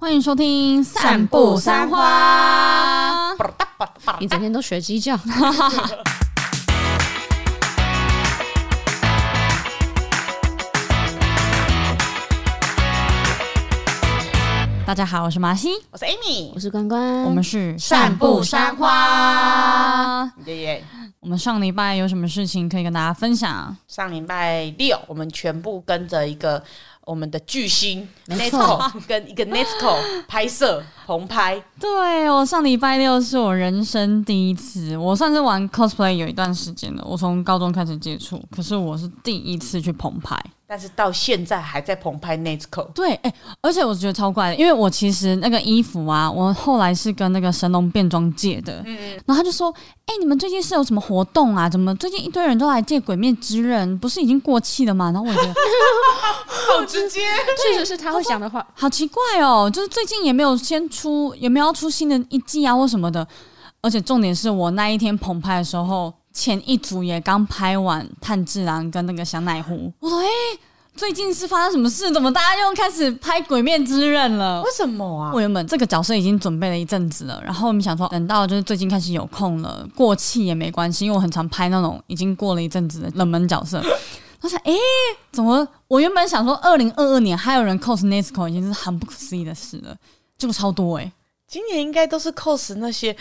欢迎收听《散步三花》。你整天都学鸡叫，大家好，我是马西，我是 Amy，我是关关，我们是散步山花。耶耶！我们上礼拜有什么事情可以跟大家分享？上礼拜六，我们全部跟着一个我们的巨星没错 Nesco 跟一个 Nesco 拍摄棚拍，对我上礼拜六是我人生第一次，我算是玩 cosplay 有一段时间了，我从高中开始接触，可是我是第一次去澎湃。但是到现在还在棚拍 Nesco。对，哎、而且我觉得超怪的，因为我其实那个衣服啊，我后来是跟那个神龙变装借的，然后他就说，哎、你们最近是有什么活动啊？怎么最近一堆人都来借《鬼灭之刃》，不是已经过气了吗？然后我觉得好直接，确实是他会讲的话。好奇怪哦，就是最近也没有先出，也没有要出新的一季啊或什么的，而且重点是我那一天棚拍的时候，前一组也刚拍完炭治郎跟那个香奈乎，我说，哎、最近是发生什么事？怎么大家又开始拍《鬼灭之刃》了为？什么啊我？原本这个角色已经准备了一阵子了，然后我们想说，等到就是最近开始有空了，过气也没关系，因为我很常拍那种已经过了一阵子的冷门角 色。我想，诶，怎么？我原本想说，二零二二年还有人 cos Nesco 已经是很不可思议的事了，结果超多诶，今年应该都是 cos 那些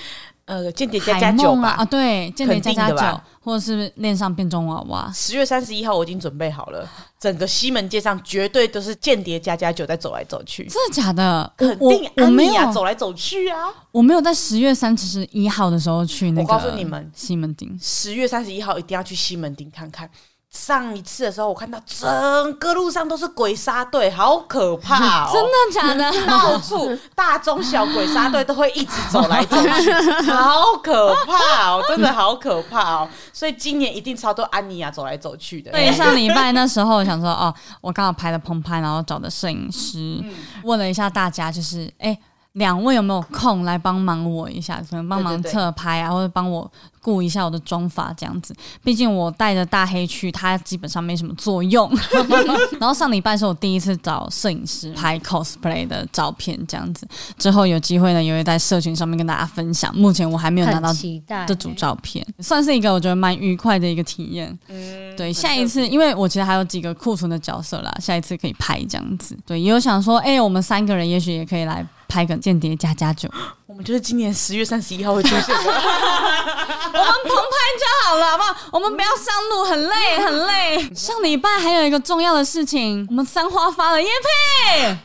呃间谍加加海酒梦啊啊，吧。对，间谍加加肯定的酒吧，或者是恋上变装娃娃，十月三十一号我已经准备好了，整个西门街上绝对都是间谍加加酒在走来走去，真的假的？我肯定我我安没妮啊有，走来走去啊。我没有在十月三十一号的时候去那个。我告诉你们西门町十月三十一号一定要去西门町看看。上一次的时候，我看到整个路上都是鬼杀队，好可怕、哦！真的假 的？到处大中小鬼杀队都会一直走来走 去，好可怕哦！真的好可怕哦！所以今年一定超多安妮亚走来走去的。对，上礼拜那时候我想说，哦，我刚好拍了棚拍，然后找的摄影师，问了一下大家，就是哎。两位有没有空来帮忙我一下？可能帮忙对对对侧拍啊，或者帮我顾一下我的妆法这样子。毕竟我带着大黑去，它基本上没什么作用。 然后上礼拜是我第一次找摄影师拍 cosplay 的照片，这样子。之后有机会呢，也会在社群上面跟大家分享。目前我还没有拿到很期待这组照片，算是一个我觉得蛮愉快的一个体验。嗯对，下一次因为我其实还有几个库存的角色啦，下一次可以拍这样子。对，也有想说，哎、我们三个人也许也可以来拍个间谍加加酒，我们就是今年十月三十一号会出现 的。我们棚拍就好了，好不好？我们不要上路，很累，很累。上礼拜还有一个重要的事情，我们三花发了叶配，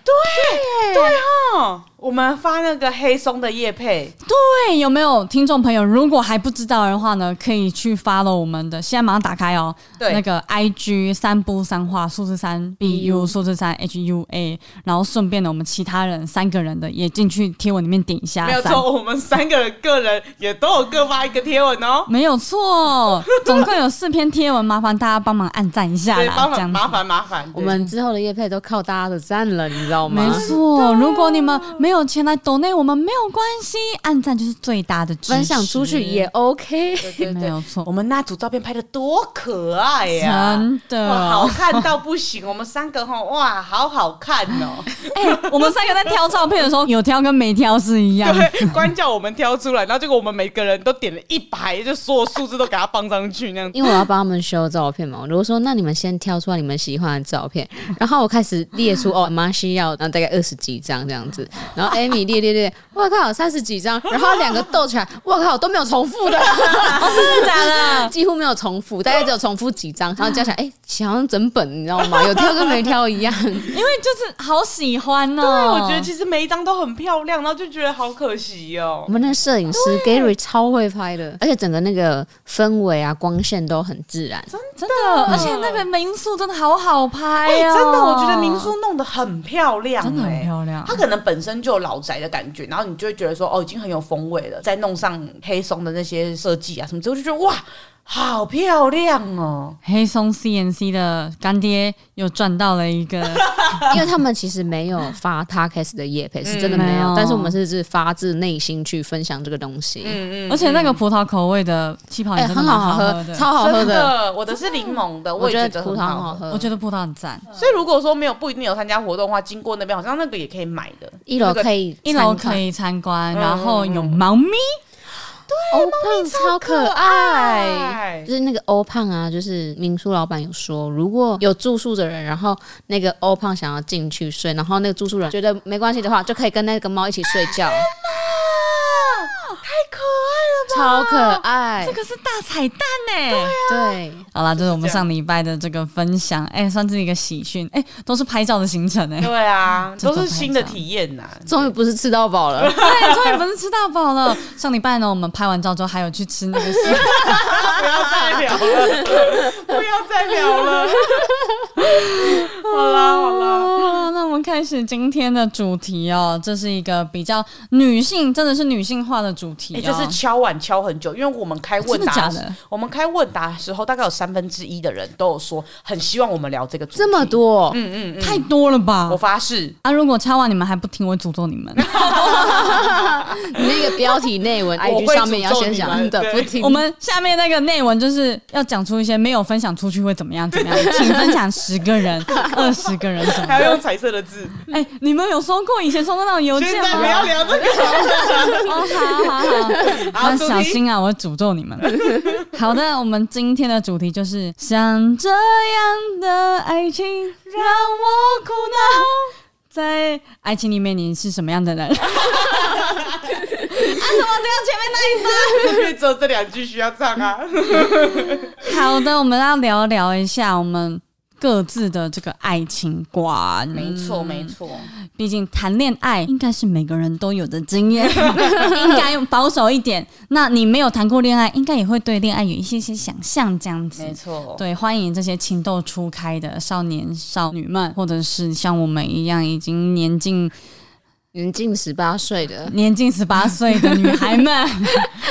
哦，我们发那个黑松的叶配，对，有没有听众朋友如果还不知道的话呢，可以去 follow 我们的，现在马上打开哦。对那个 IG 三不三话数字三 BU 数字三 HUA，然后顺便呢，我们其他人三个人的也进去贴文里面点一下，没有赞错，我们三个人个人也都有各发一个贴文哦。没有错，总共有四篇贴文，麻烦大家帮忙按赞一下对，啦，麻这样子烦麻烦麻烦，我们之后的叶配都靠大家的赞了，你知道吗没？错，如果你们没有钱来抖内，我们没有关系，按赞就是最大的支持分享出去也 OK。对对对没有我错，们那组照片拍的多可爱呀、真哇，好的。看到不行！我们三个吼，哇，好好看哦！哎、我们三个在挑照片的时候，有挑跟没挑是一样。 对，关叫我们挑出来，然后结果我们每个人都点了一排，就所有数字都给它放上去那 样子。因为我要帮他们修照片嘛，我就说那你们先挑出来你们喜欢的照片，然后我开始列出哦，马西要然后大概二十几张这样子，然后 Amy 列列列，我靠三十几张，然后两个斗起来，我靠都没有重复的，哦真的假 的？几乎没有重复，大概只有重复几张，然后加起来，哎、好像整本，你知道吗？有挑跟没挑一样。因为就是好喜欢哦、对，我觉得其实每一张都很漂亮，然后就觉得好可惜哦我。们那摄影师 Gary 超会拍的，而且整个那个氛围啊、光线都很自然。真的，而且那个民宿真的好好哎、拍哦、真的，我觉得民宿弄得很漂亮、真的很哎漂啊亮它可能本身就有老宅的感觉，然后你就会觉得说，哦，已经很有风味了。再弄上黑松的那些设计啊什么之后，就觉得哇，好漂亮哦。黑松 CNC 的干爹又赚到了一个因为他们其实没有发 podcast 的夜配，是真的嗯没没有有，但是我们是是发自内心去分享这个东西，嗯而且那个葡萄口味的气泡也哎，真的很蛮好喝喝，的，超好喝真的，的，我的是柠檬的，我也觉得葡很萄很好好。喝我。觉得葡萄很赞。所以如果说没有不一定有参加活动的话，经过那边好像那个也可以买的。一楼可以参一观，楼可以参观，然后有猫咪，欧胖超可爱。哎，就是那个欧胖啊，就是民宿老板有说，如果有住宿的人，然后那个欧胖想要进去睡，然后那个住宿人觉得没关系的话，就可以跟那个猫一起睡觉，太可爱超可爱这。个是大彩蛋呢。对，对，好啦，这是我们就是这样上礼拜的这个分享，哎、算是一个喜讯，哎、都是拍照的行程哎、了吧！对啊，这都种是新的体验呐。终于不是吃到饱 了，对，终于不是吃到饱了。上礼拜呢，我们拍完照之后还有去吃那个西 不要再聊 了，不要再聊了。 好啦好啦，哦，那我们开始今天的主题哦，这是一个比较女性，真的是女性化的主题、哦。哎，这是敲碗敲很久，因为我们开问真的答假时的，我们开问答的时候，大概有三分之一的人都有说很希望我们聊这个主题。这么，多，太多了吧嗯我？发誓，啊，如果敲完你们还不听，我诅咒 你们。你那个标题内 文我会 IG 上面也要先诅咒讲你们的，对不听我们下面那个内文就是要讲出一些没有分享出去会怎么样怎么 样，请分享十个人、二十个人什么还的。要用彩色的字。哎、你们有收过以前收到那种邮件现在不要吗？聊这个。 哦，好好好，好那主题小心啊，我诅咒你 们。好的，我们今天的主题就是像这样的爱情让我苦恼。在爱情里面，你是什么样的人？啊， 怎么只只有这两句需要唱 啊。有前面那一段？好的，我们要聊聊一下我们各自的这个爱情观。没错，嗯没错。毕竟谈恋爱应该是每个人都有的经 验，应该保守一点。那你没有谈过恋爱，应该也会对恋爱有一些些想象，这样子。没错，对，欢迎这些情窦初开的少年少女们，或者是像我们一样已经年近年近十八岁的，年近十八岁的女孩们。而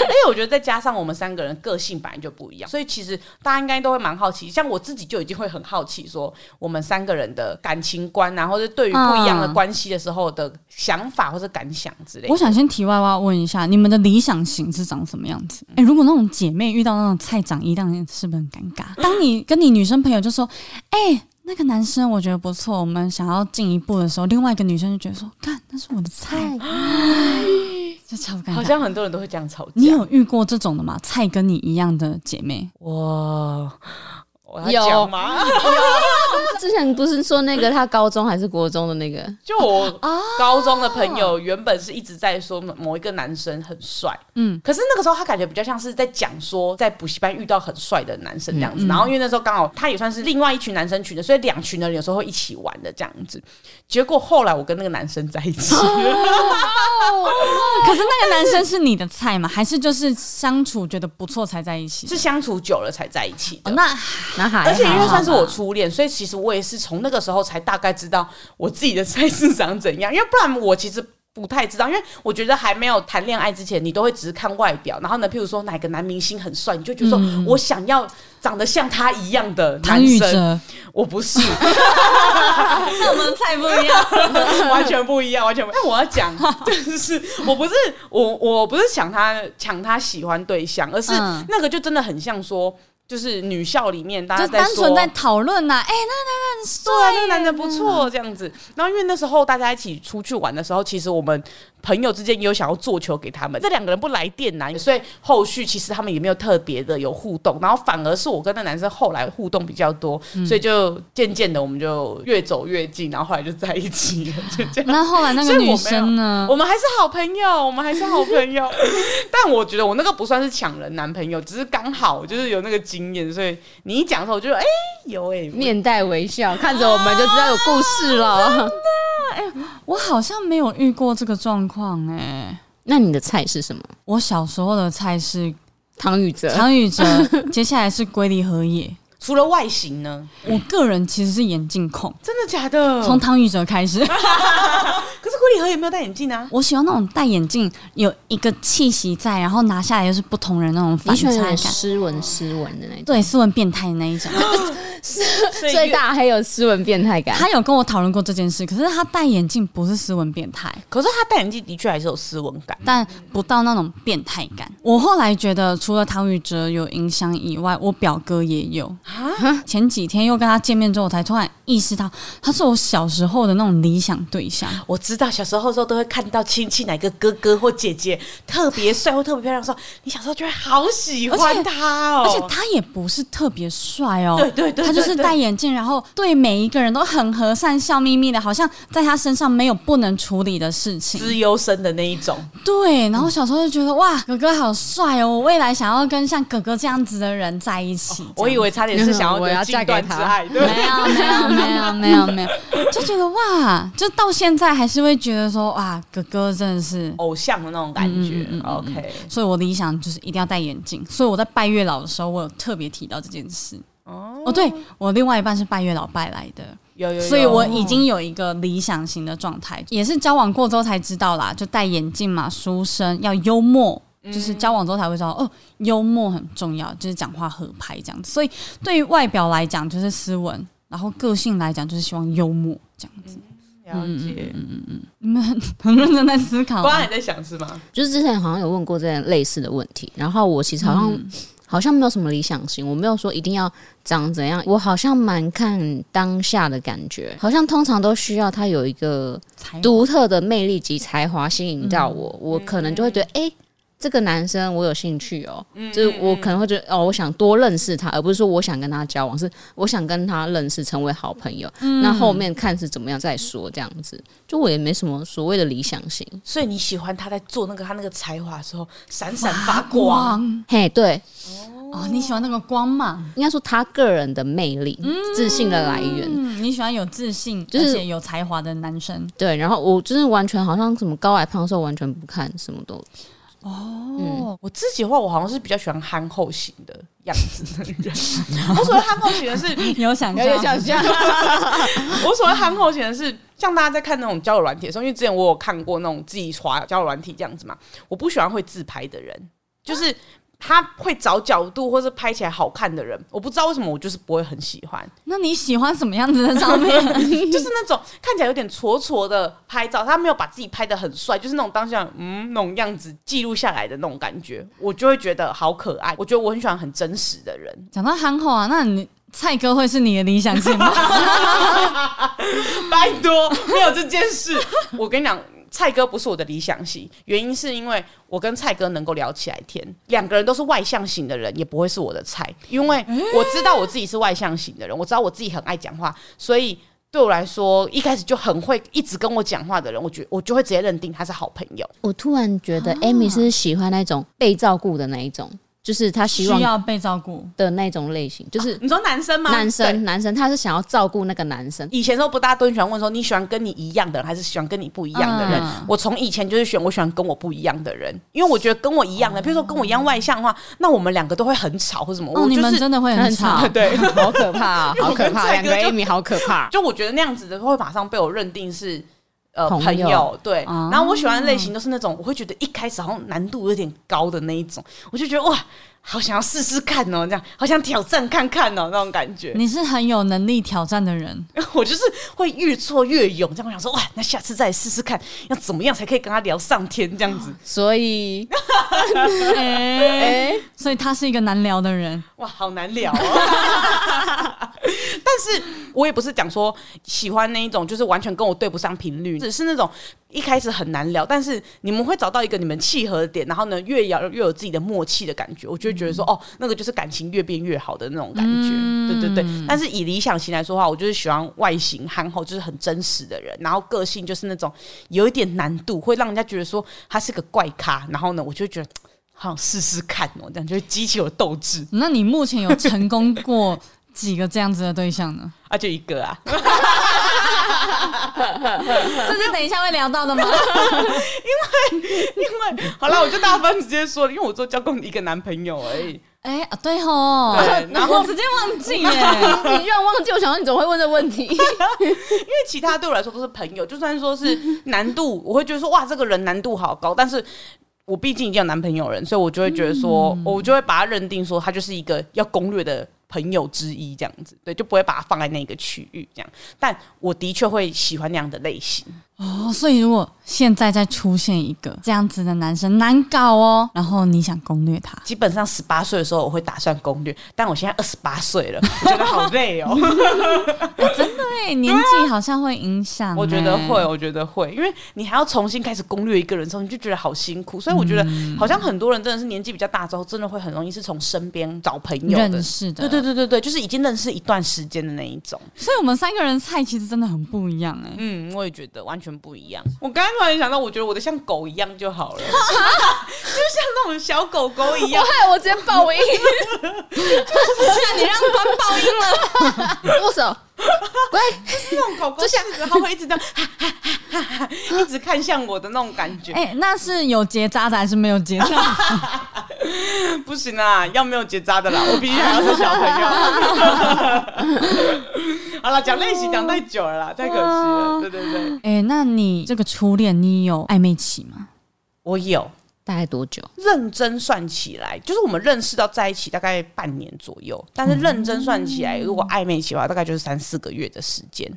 哎且我觉得再加上我们三个人个性本来就不一样，所以其实大家应该都会蛮好奇，像我自己就已经会很好奇，说我们三个人的感情观啊，或者对于不一样的关系的时候的想法或者感想之类的我。想先题外话问一下，你们的理想型是长什么样子？哎、如果那种姐妹遇到那种菜长一，当然是不是很尴尬？ 当你跟你女生朋友就说，哎、那个男生我觉得不错，我们想要进一步的时候，另外一个女生就觉得说，看，那是我的菜， 这超尴好尬。像很多人都会这样吵你架。有遇过这种的吗？菜跟你一样的姐妹？哇，我要有讲吗？之前不是说那个他高中还是国中的那个，就我高中的朋友，原本是一直在说某某一个男生很帅，嗯嗯，可是那个时候他感觉比较像是在讲说在补习班遇到很帅的男生这样子，然后因为那时候刚好他也算是另外一群男生群的，所以两群的人有时候会一起玩的这样子。结果后来我跟那个男生在一起， 可是那个男生是你的菜 吗？还是就是相处觉得不错才在一起？是相处久了才在一起哦的。那那还好而且因为算是我吧初恋，所以其实我也是从那个时候才大概知道我自己的菜市长怎样，因为不然我其实。不太知道，因为我觉得还没有谈恋爱之前，你都会只是看外表，然后呢，譬如说哪个男明星很帅，你就觉得说、我想要长得像他一样的嗯唐男禹生。哲，我不是， 那我们菜不一样。完全不一样，完全不一样。但我要讲， 就是我不是我我不是抢他抢他喜欢对象，而是嗯那个就真的很像说，就是女校里面大家就在单说纯在讨论呐，哎、那那对那啊，那很个帅，男的不错，这样子。然后因为那时候大家一起出去玩的时候，其实我们朋友之间也有想要做球给他们，这两个人不来电呐，所以后续其实他们也没有特别的有互动，然后反而是我跟那男生后来互动比较多，所以就渐渐的我们就越走越近，然后后来就在一起了，就这 样。那后来那所个以我没有女生呢？ 我们还是好朋友，我们还是好朋友。但我觉得我那个不算是抢人男朋友，只是刚好就是有那个经验，所以你一讲的时候，我就觉得哎、有哎、面带微笑看着我们就知道有故事了。我好像没有遇过这个状况哎。 那你的菜是什么？我小时候的菜是唐禹 哲，唐禹哲，接下来是龟梨和也，除了外形呢？我个人其实是眼镜控，真的假的？从汤玉哲开始， 可是龟梨和也没有戴眼镜啊。我喜欢那种戴眼镜有一个气息在，然后拿下来又是不同人那种你反喜差欢有点感。斯文斯文的那种，对，斯文变态的那一 种，所以最大还有斯文变态感。他有跟我讨论过这件事，可是他戴眼镜不是斯文变态，可是他戴眼镜的确还是有斯文感。但不到那种变态感。我后来觉得，除了唐禹哲有影响以外，我表哥也有。啊前几天又跟他见面之后，我才突然意识到，他是我小时候的那种理想对象。我知道小时候的时候都会看到亲戚哪个哥哥或姐姐特别帅或特别漂亮的时候，你小时候就会好喜欢他哦。而且他也不是特别帅哦，对对对对他就是戴眼镜，然后对每一个人都很和善、笑眯眯的，好像在他身上没有不能处理的事情。资优生的那一种，对，然后小时候就觉得哇，哥哥好帅哦，我未来想要跟像哥哥这样子的人在一起。哦我以为差点是想要我要有嫁近给段他之爱，对 这不样对没有没有没有没有没有，就觉得哇，就到现在还是会觉得说哇，哥哥真的是。偶像的那种感觉。嗯嗯嗯嗯 OK，所以我理想就是一定要戴眼镜，所以我在拜月老的时候，我有特别提到这件事。哦，对我另外一半是拜月老拜来的，有有有，哦所以我已经有一个理想型的状态，也是交往过之后才知道啦，就戴眼镜嘛，书生要幽默。嗯就是交往之后才会知道，哦，幽默很重要，就是讲话合拍这样子。所以对于外表来讲，就是斯文；然后个性来讲，就是希望幽默这样 子。了解。你们很很认真在思考关吗，还在想是吗？就是之前好像有问过这样类似的问题，然后我其实好像、好像没有什么理想型，我没有说一定要长怎样，我好像蛮看当下的感觉，好像通常都需要他有一个才独特的魅力及才华吸引到我，我可能就会觉得，诶，这个男生我有兴趣哦，就是我可能会觉得，哦，我想多认识他，而不是说我想跟他交往，是我想跟他认识，成为好朋友。那后面看是怎么样再说，这样子，就我也没什么所谓的理想型。所以你喜欢他在做那个他那个才华的时候闪闪发发光，光嘿，对，哦，你喜欢那个光嘛？应该说他个人的魅力、嗯自信的来源。嗯，你喜欢有自信就是而且有才华的男生。对，然后我就是完全好像什么高矮胖瘦完全不看，什么都哦，我自己的话，我好像是比较喜欢憨厚型的样子的人。 我所谓憨厚型的 是，嗯有想象，有想象。 我所谓憨厚型的是，像大家在看那种交友软体的时候，因为之前我有看过那种自己滑交友软体这样子嘛，我不喜欢会自拍的人，就是他会找角度或是拍起来好看的人，我不知道为什么我就是不会很喜欢。那你喜欢什么样子的照 片？ 就是那种看起来有点挫挫的拍照，他没有把自己拍的很帅，就是那种当下嗯那种样子记录下来的那种感觉，我就会觉得好可爱。我觉得我很喜欢很真实的人，讲到憨厚啊，那你蔡哥会是你的理想型 吗？拜托，没有这件事。 我跟你讲。蔡哥不是我的理想型，原因是因为我跟蔡哥能够聊起来天，两个人都是外向型的人，也不会是我的菜，因为我知道我自己是外向型的人，我知道我自己很爱讲话，所以对我来说，一开始就很会一直跟我讲话的人，我觉我就会直接认定他是好朋友。我突然觉啊得 Amy 是喜欢那种被照顾的那一种，就是她需希望要被照顾。的那种类型，就是你说男生吗？男啊对生，。男生他是想要照顾那个男生。以前的时候不大家都很喜欢问说你喜欢跟你一样的人还是喜欢跟你不一样的人？嗯我从以前就是选我喜欢跟我不一样的人，因为我觉得跟我一样嗯的，比如说跟我一样外向的话，那我们两个都会很吵或什么。哦，我你就们是真的会很很吵吵。 对， 好可怕、啊因为好 我跟可怕！蔡两哥个就 Amy 好可怕。就我觉得那样子的会马上被我认定是呃朋友对。哦然后我喜欢的类型都是那种我会觉得一开始好像难度有点高的那一种，我就觉得哇，好想要试试看哦，这样好想挑战看看哦那种感觉。你是很有能力挑战的 人，我就是会越挫越勇，这样我想说哇，那下次再试试看，要怎么样才可以跟他聊上天这样子。所以，哎，哎、所以他是一个难聊的人。哇，好难聊、哦。 但是我也不是讲说喜欢那一种，就是完全跟我对不上频率，只是那种一开始很难聊，但是你们会找到一个你们契合的点，然后呢，越聊越有自己的默契的感觉，我就会觉得说，哦，那个就是感情越变越好的那种感觉。对对对。但是以理想型来说的话，我就是喜欢外形憨厚，就是很真实的人，然后个性就是那种有一点难度，会让人家觉得说他是个怪咖，然后呢，我就会觉得。好想试试看哦，这样就会激起我的斗志。那你目前有成功过几个这样子的对象呢？啊，就一个啊， 这是等一下会聊到的 吗？因为好了，我就大方直接说了，因为我就交过一个男朋友而已。哎、啊，对吼，对然后我直接忘记哎 耶。你居然忘记，我想说你怎么会问这问 题？因为其他对我来说都是朋友，就算说是难度，我会觉得说哇，这个人难度好高，但是。我毕竟已经有男朋友人，所以我就会觉得说，我就会把他认定说他就是一个要攻略的朋友之一，这样子，对，就不会把他放在那个区域这样。但我的确会喜欢那样的类型，哦，所以如果现在再出现一个这样子的男生，难搞哦。然后你想攻略 他，基本上十八岁的时候我会打算攻略，但我现在二十八岁了，我觉得好累哦。对，年纪好像会影响、我觉得哎会，我觉得会，因为你还要重新开始攻略一个人之后，你就觉得好辛苦。所以我觉得，嗯好像很多人真的是年纪比较大之后，真的会很容易是从身边找朋友的认。识的。对对对对对，就是已经认识一段时间的那一种。所以我们三个人菜其实真的很不一样哎、嗯，我也觉得完全不一样。我刚刚突然想到，我觉得我的像狗一样就好 了，就像那种小狗狗一我样。害我直接报我音，那你让关爆音了， 握手，喂，那种狗狗是的，它会一直这样，哈哈哈哈哈，一直看向我的那种感觉。哎、那是有结扎的还是没有结 扎？不行啊，要没有结扎的 啦，我必须还要是小朋友。 好了，讲类型讲太久了啦，太可惜了。对对对，哎、那你这个初恋，你有暧昧期吗？我有大概多久？认真算起来，就是我们认识到在一起大概半年左右，但是认真算起来，如果暧昧期的话，大概就是三四个月的时间。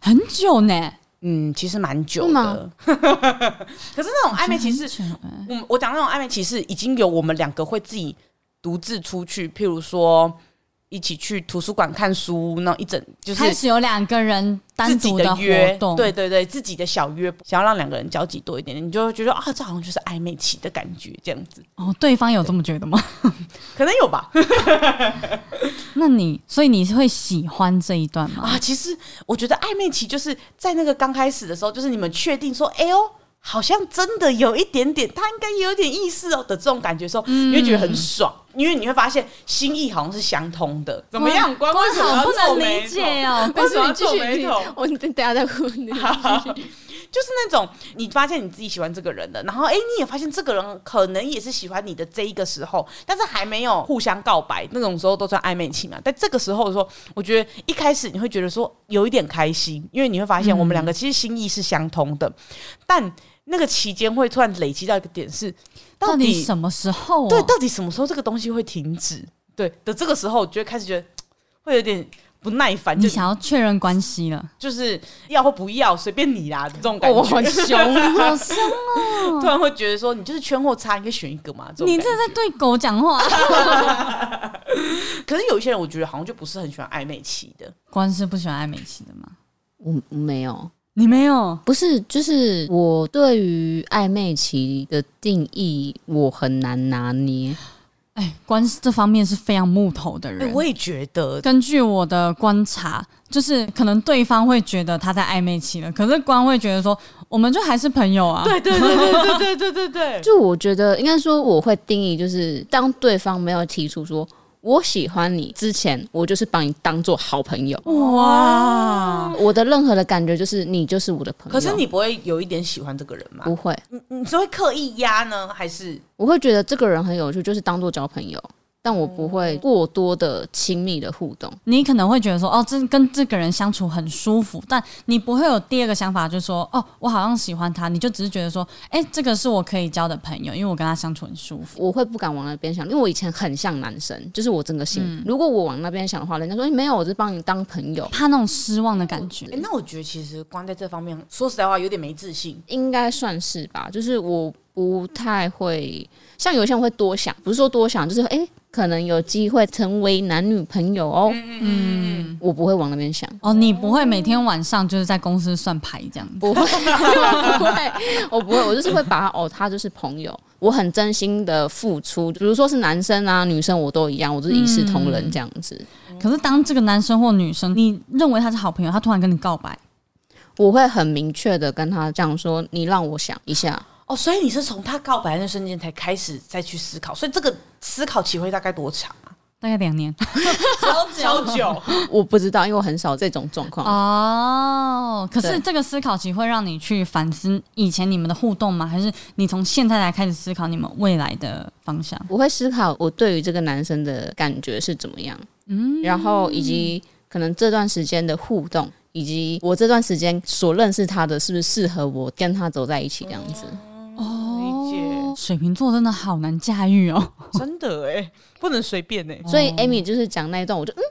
很久呢，嗯，其实蛮久是的吗。 可是那种暧昧期是很久哎我我讲那种暧昧，其实已经有我们两个会自己独自出去，譬如说一起去图书馆看书，那一整就是开始有两个人单自己独的约活，动，对，对对，自己的小约，想要让两个人交集多一点点，你就会觉得啊，这好像就是暧昧期的感觉，这样子哦，对方有这么觉得吗？ 可能有吧？那你，所以你是会喜欢这一段吗？ 啊，其实我觉得暧昧期就是在那个刚开始的时候，就是你们确定说，哎呦。好像真的有一点点，他应该有点意思哦的这种感觉的时候，嗯你会觉得很爽，因为你会发现心意好像是相通的。怎么样，关关为什么好要不皱能眉理头？解哦。为什么要你继皱续眉你头？ 我等等下再问你。就是那种你发现你自己喜欢这个人了，然后哎、诶你也发现这个人可能也是喜欢你的这一个时候，但是还没有互相告白，那种时候都算暧昧期嘛。但这个时候的时候，我觉得一开始你会觉得说有一点开心，因为你会发现我们两个其实心意是相通的，但那个期间会突然累积到一个点是，到底底什么时候、哦？对到底什么时候这个东西会停止？对的，这个时候我就会开始觉得嘖会有点不耐烦，你就想要确认关系了，就是要或不要随便你啦，这种感哦觉。我很凶，好凶哦！突然会觉得说，你就是圈或叉，嗯你可以选一个嘛。这种你感这在对狗讲 话，觉可是有一些人，我觉得好像就不是很喜欢暧昧期的。关是不喜欢暧昧期的吗？ 我我没有，你没有，不是，就是我对于暧昧期的定义，我很难拿捏。哎，关是这方面是非常木头的哎、人。我也觉得，根据我的观察，就是可能对方会觉得他在暧昧期了，可是关会觉得说，我们就还是朋友啊。对对对对对对对对 对，就我觉得，应该说我会定义，就是当对方没有提出说我喜欢你之前，我就是把你当做好朋友。哇，我的任何的感觉就是你就是我的朋友。可是你不会有一点喜欢这个人吗？不会，你你是会刻意压呢，还是我会觉得这个人很有趣，就是当做交朋友，但我不会过多的亲密的互动。你可能会觉得说，哦，这跟这个人相处很舒服，但你不会有第二个想法，就是说，哦，我好像喜欢他，你就只是觉得说，哎、这个是我可以交的朋友，因为我跟他相处很舒服。我会不敢往那边想，因为我以前很像男生，就是我整个心。如果我往那边想的话，人家说、哎没有，我是帮你当朋友。怕那种失望的感觉哎、，那我觉得其实光在这方面，说实在话有点没自信。应该算是吧，就是我不太会，像有些人会多想，不是说多想，就是哎、诶可能有机会成为男女朋友哦。嗯，我不会往那边想，哦，你不会每天晚上就是在公司算牌这样子，不会， 我不会，我不会，我就是会把他哦，他就是朋友，我很真心的付出，比如说是男生啊、女生，我都一样，我就是一视同仁这样子。可是当这个男生或女生，你认为他是好朋友，他突然跟你告白，我会很明确的跟他讲说，你让我想 一下，哦，所以你是从他告白那瞬间才开始再去思考，所以这个思考期会大概多长啊？大概两年超 久，我不知道，因为我很少这种状 况。哦。可是对这个思考期会让你去反思以前你们的互动吗？还是你从现在来开始思考你们未来的方向？我会思考我对于这个男生的感觉是怎么样，嗯，然后以及可能这段时间的互动，以及我这段时间所认识他的是不是适合我跟他走在一起这样子。理解，水瓶座真的好难驾驭哦。真的哎、不能随便哎、所以 Amy 就是讲那一段，我就嗯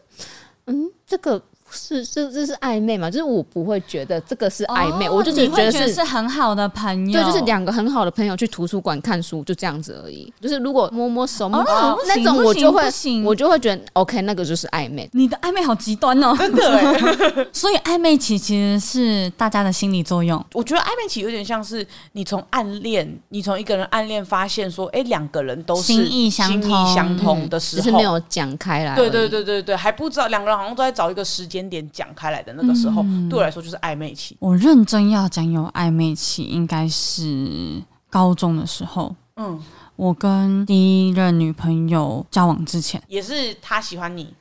嗯，这个是这这是暧昧嘛？就是我不会觉得这个是 暧昧，哦我就只你会得觉得是是很好的朋友，对，就是两个很好的朋友去图书馆看书，就这样子而已。就是如果摸摸手、摸摸哦不行那种，我就不会行我就会觉得 OK，那个就是暧昧。你的暧昧好极端哦，真的哎、欸 所以暧昧期其实是大家的心理作用。我觉得暧昧期有点像是你从暗恋，你从一个人暗恋发现说，哎、两个人都是心意相通嗯心意相通的时只候，是没有讲开来。对对，对对对，还不知道两个人好像都在找一个时间点讲开来的那个时候，嗯对我来说就是暧昧期。我认真要讲有暧昧期，应该是高中的时候，嗯，我跟第一任女朋友交往之前。也是他喜欢你，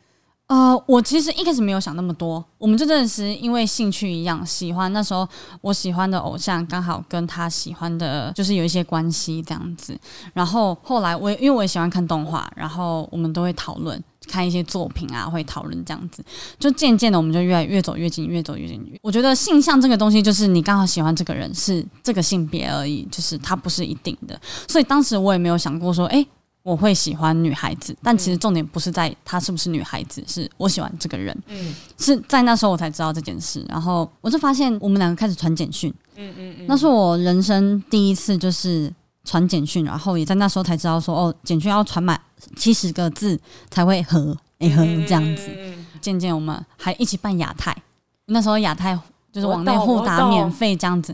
呃，我其实一开始没有想那么多，我们就真的是因为兴趣一样，喜欢那时候我喜欢的偶像刚好跟他喜欢的，就是有一些关系这样子。然后后来我也因为我也喜欢看动画，然后我们都会讨论看一些作品啊，会讨论这样子。就渐渐的，我们就越来越走越近，越走越近。我觉得性向这个东西，就是你刚好喜欢这个人是这个性别而已，就是它不是一定的。所以当时我也没有想过说，诶。我会喜欢女孩子，但其实重点不是在她是不是女孩子，是我喜欢这个人。嗯是在那时候我才知道这件事，然后我就发现我们两个开始传简讯。嗯嗯嗯，那是我人生第一次就是传简讯，然后也在那时候才知道说，哦，简讯要传满七十个字才会合，哎、合这样子。嗯渐渐我们还一起办亚太，那时候亚太就是网内我懂互我打懂免费这样子。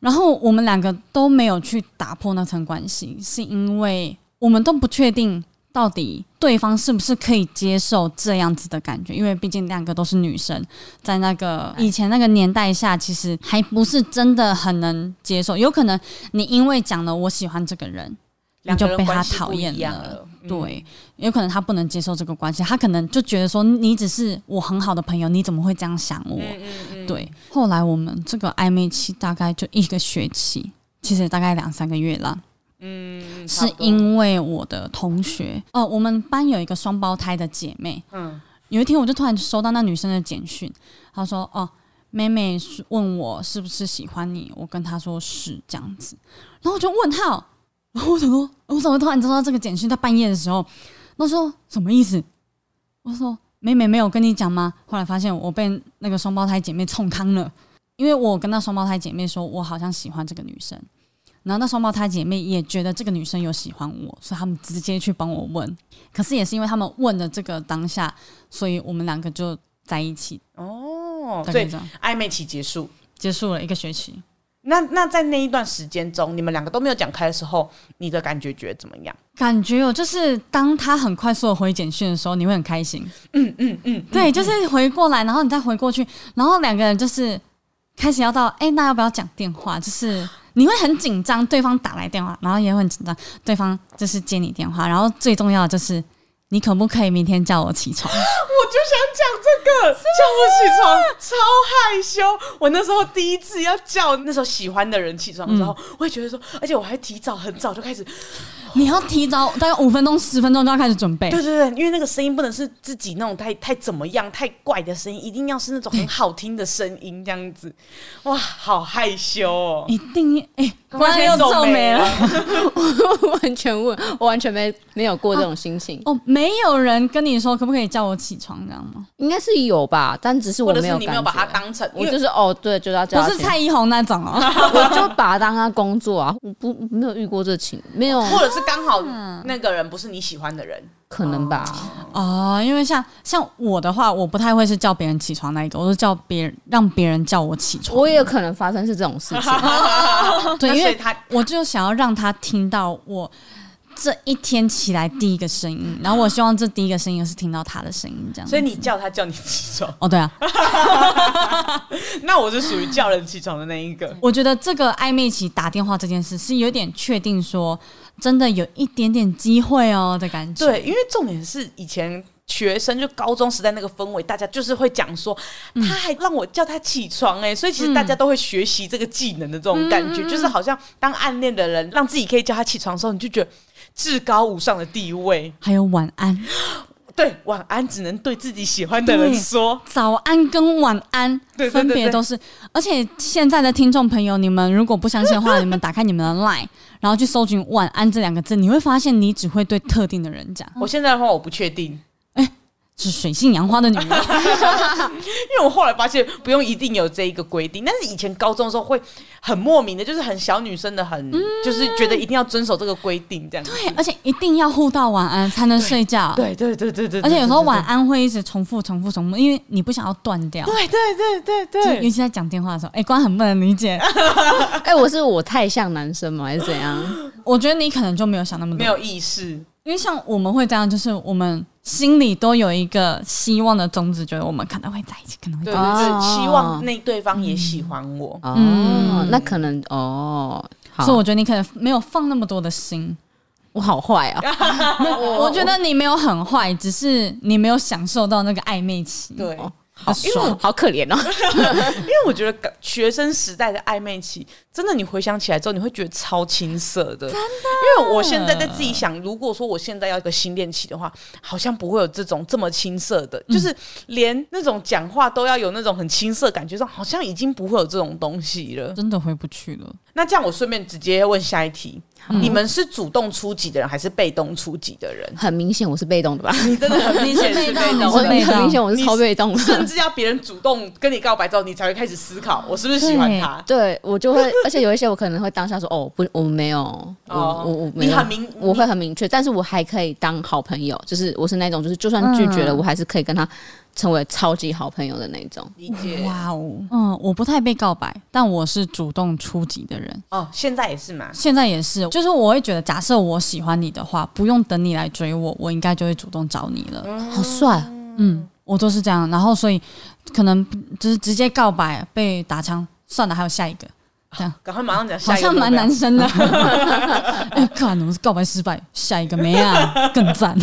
然后我们两个都没有去打破那层关系，是因为我们都不确定到底对方是不是可以接受这样子的感觉，因为毕竟两个都是女生，在那个以前那个年代下，其实还不是真的很能接受。有可能你因为讲了我喜欢这个人，你两就个人被他关系讨不一厌样了了，嗯对，有可能他不能接受这个关系，他可能就觉得说你只是我很好的朋友，你怎么会这样想嗯我？对，后来我们这个暧昧期大概就一个学期，其实也大概两三个月啦。嗯，是因为我的同学，哦、我们班有一个双胞胎的姐妹，嗯有一天我就突然收到那女生的简讯，她说：“哦，妹妹是问我是不是喜欢你，我跟她说是这样子。”然后我就问号，然后我想说，我怎么会突然收到这个简讯？在半夜的时候，她说什么意思？我说：“妹妹没有跟你讲吗？”后来发现我被那个双胞胎姐妹冲康了，因为我跟那双胞胎姐妹说我好像喜欢这个女生。然后那双胞胎姐妹也觉得这个女生有喜欢我，所以她们直接去帮我问。可是也是因为她们问的这个当下，所以我们两个就在一起，哦，大所概以这样暧昧期结束。结束了一个学期。那那在那一段时间中，你们两个都没有讲开的时候，你的感觉觉得怎么样？感觉哦，就是当他很快速的回简讯的时候，你会很开心。嗯嗯嗯，对，就是回过来，然后你再回过去，然后两个人就是开始要到，哎、那要不要讲电话？就是你会很紧张，对方打来电话，然后也会很紧张，对方就是接你电话，然后最重要的就是你可不可以明天叫我起床？ 我就想讲这个，叫我起床，超害羞。我那时候第一次要叫那时候喜欢的人起床的时候，我会觉得说，而且我还提早很早就开始，你要提早大概五分钟、十分钟就要开始准备。对对对，因为那个声音不能是自己那种太太怎么样、太怪的声音，一定要是那种很好听的声音，这样子。哇，好害羞 哦！一定哎、刚果刚然又皱眉了。 我完全问，我完全没没有过这种心情，哦，没有人跟你说可不可以叫我起床，这样吗？应该是有吧，但只是或我者没是有你感没有觉。把它当成，我因为就是哦，对，就要叫啊不他是起蔡依红那种哦。 我就把它当他工作啊，我不没有遇过这情，没有或者是刚好那个人不是你喜欢的人，可能吧。哦，因为像像我的话，我不太会是叫别人起床那一个，我是叫别人让别人叫我起床。我也有可能发生 是这种事情，对，那因所为以他我就想要让他听到我这一天起来第一个声音，然后我希望这第一个声音是听到他的声音，这样。所以你叫他叫你起床，哦，对啊，那我是属于叫人起床的那一个。我觉得这个暧昧期打电话这件事是有点确定说，真的有一点点机会哦的感觉。对，因为重点是以前学生就高中时代那个氛围，大家就是会讲说，他还让我叫他起床哎、所以其实大家都会学习这个技能的这种感觉，就是好像当暗恋的人让自己可以叫他起床的时候，你就觉得至高无上的地位。还有晚安，对，晚安只能对自己喜欢的人说。早安跟晚安对对对分别都是，而且现在的听众朋友，你们如果不相信的话，你们打开你们的 LINE，然后去搜寻“晚安”这两个字，你会发现你只会对特定的人讲，我现在的话我不确定，因是水性杨花的 女人。为我后来发现不用一定有这一个规定，但是以前高中的时候会很莫名的，就是很小女生的很，就是觉得一定要遵守这个规定这样子。对，而且一定要互道晚安才能睡觉。对对对对对，而且有时候晚。晚安会一直重复、重复、重复，因为你不想要断掉。对对对对就尤对，其在讲电话的时候，哎、光很不能理 解。哎、我是我太像男生吗？还是怎样？我觉得你可能就没有想那么多，没有意识。因为像我们会这样，就是我们心里都有一个希望的种子，觉得我们可能会在一起，可能会在对，一起。就哦是希望那对方也喜欢我。哦，嗯那可能哦，好所以，我觉得你可能没有放那么多的心。我好坏啊、 我觉得你没有很坏，只是你没有享受到那个暧昧期。对，好爽，好可怜哦。 因为我觉得学生时代的暧昧期，真的你回想起来之后，你会觉得超青涩的。真的，因为我现在在自己想，如果说我现在要一个新恋期的话，好像不会有这种这么青涩的，就是连那种讲话都要有那种很青涩感觉上，好像已经不会有这种东西了。真的回不去了。那这样，我顺便直接问下一题：你们是主动出击的人，还是被动出击的人？很明显我是被动的吧？你真的很明显是被你是被动动 我我很被动明显我是超被动的。 甚至要别人主动跟你告白之后，你才会开始思考哦我是不是喜欢他。 对我就会，而且有一些我可能会当下说哦不，我没有，哦我我我你没有很，明，我会很明确，但是我还可以当好朋友，就是我是那种就是就算拒绝了，我还是可以跟他成为超级好朋友的那种。理解哇哦，嗯，我不太被告白，但我是主动出击的人。哦。现在也是嘛，现在也是，就是我会觉得，假设我喜欢你的话，不用等你来追我，我应该就会主动找你了。好帅，嗯，我都是这样，然后所以可能就是直接告白被打枪，算了，还有下一个，赶快马上讲好下一个啊像目标。蛮男生的。 哎，看我是告白失败，下一个没啊，更 赞。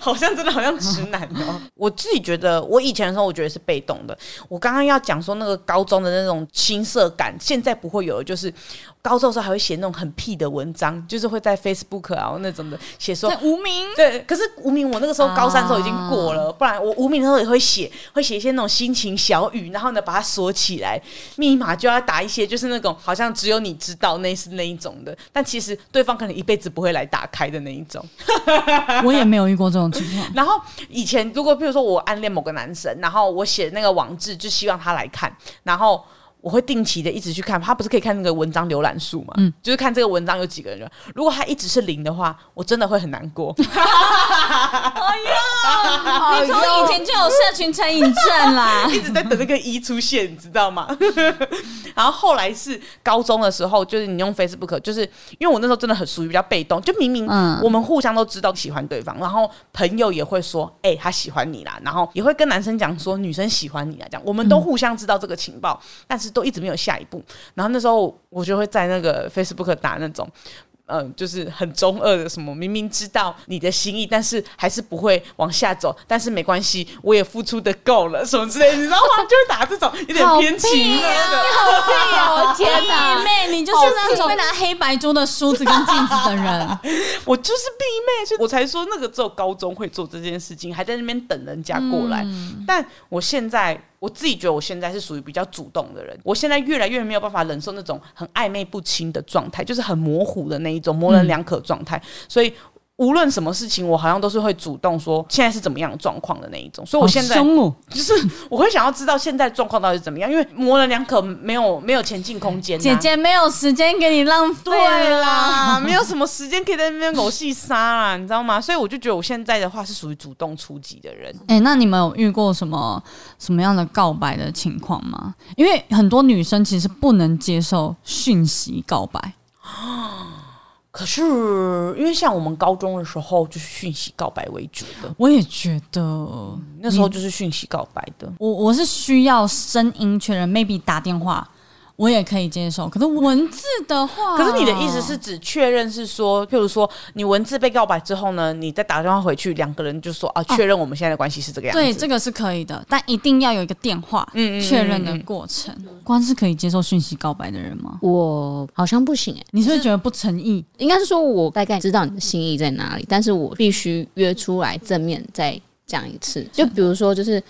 好像真的好像直男哦。 我自己觉得，我以前的时候我觉得是被动的。我刚刚要讲说那个高中的那种青涩感，现在不会有了。就是高中的时候还会写那种很屁的文章，就是会在 Facebook 啊那种的写说在无名， 对，可是无名我那个时候高三的时候已经过了，不然我无名的时候也会写，会写一些那种心情小语，然后呢把它锁起来，密码就要打一些就是那种好像只有你知道那是那一种的，但其实对方可能一辈子不会来打开的那一种。我也没有遇过这种情 况。然后以前如果譬如说我暗恋某个男生，然后我写那个网志，就希望他来看，然后。我会定期的一直去看，他不是可以看那个文章浏览数嘛？嗯，就是看这个文章有几个人浏览。如果他一直是零的话，我真的会很难过。哎哎你从以前就有社群成瘾症啦。一直在等那个一出现，你知道吗？ 然后后来是高中的时候，就是你用 Facebook，就是因为我那时候真的很属于比较被动，就明明嗯我们互相都知道喜欢对方，然后朋友也会说，哎、他喜欢你啦，然后也会跟男生讲说女生喜欢你啦，啊这样我们都互相知道这个情报，但是都一直没有下一步。然后那时候我就会在那个 Facebook 打那种。嗯，就是很中二的什么，明明知道你的心意，但是还是不会往下走，但是没关系，我也付出的够了，什么之类的，你知道吗？就会打这种 有点偏情了啊的，哎对 呀，我天弟！哦妹，你就是那种会拿黑白桌的梳子跟镜子的人。我就是弟妹，所以我才说那个只有高中会做这件事情，还在那边等人家过来。但我现在我自己觉得我现在是属于比较主动的人，我现在越来越没有办法忍受那种很暧昧不清的状态，就是很模糊的那一种模棱两可状态，所以。无论什么事情，我好像都是会主动说现在是怎么样的状况的那一种， 所以我现在嗯好凶哦，就是我会想要知道现在状况到底是怎么样，因为模棱两可，没有没有前进空间、啊呐姐姐没有时间给你浪费对了啦，没有什么时间可以在那边狗戏杀啦，你知道吗？所以我就觉得我现在的话是属于主动出击的人。哎、那你们有遇过什么什么样的告白的情况吗？因为很多女生其实不能接受讯息告白，可是因为像我们高中的时候就是讯息告白为主的，我也觉得，那时候就是讯息告白的。我我是需要声音确认，maybe 打电话我也可以接受，可是文字的话，可是你的意思是指确认是说，譬如说你文字被告白之后呢，你再打电话回去，两个人就说啊，确认我们现在的关系是这个样子。对，这个是可以的，但一定要有一个电话嗯嗯嗯确认的嗯嗯过程。关是可以接受讯息告白的人吗？我好像不行哎、你是不是觉得不诚意？应该是说我大概知道你的心意在哪里，但是我必须约出来正面再讲一次。就比如说，就是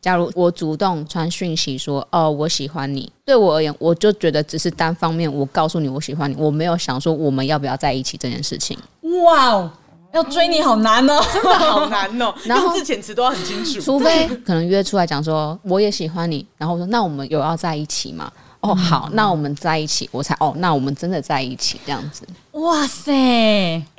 假如我主动传讯息说“哦，我喜欢你”，对我而言，我就觉得只是单方面我告诉你我喜欢你，我没有想说我们要不要在一起这件事情。哇哦，要追你好难哦！真 的好难哦、然后用字遣词都要很清楚。 除非可能约出来讲说我也喜欢你，然后我说那我们有要在一起吗？哦，好，嗯那我们在一起，我才哦，那我们真的在一起这样子。 哇塞，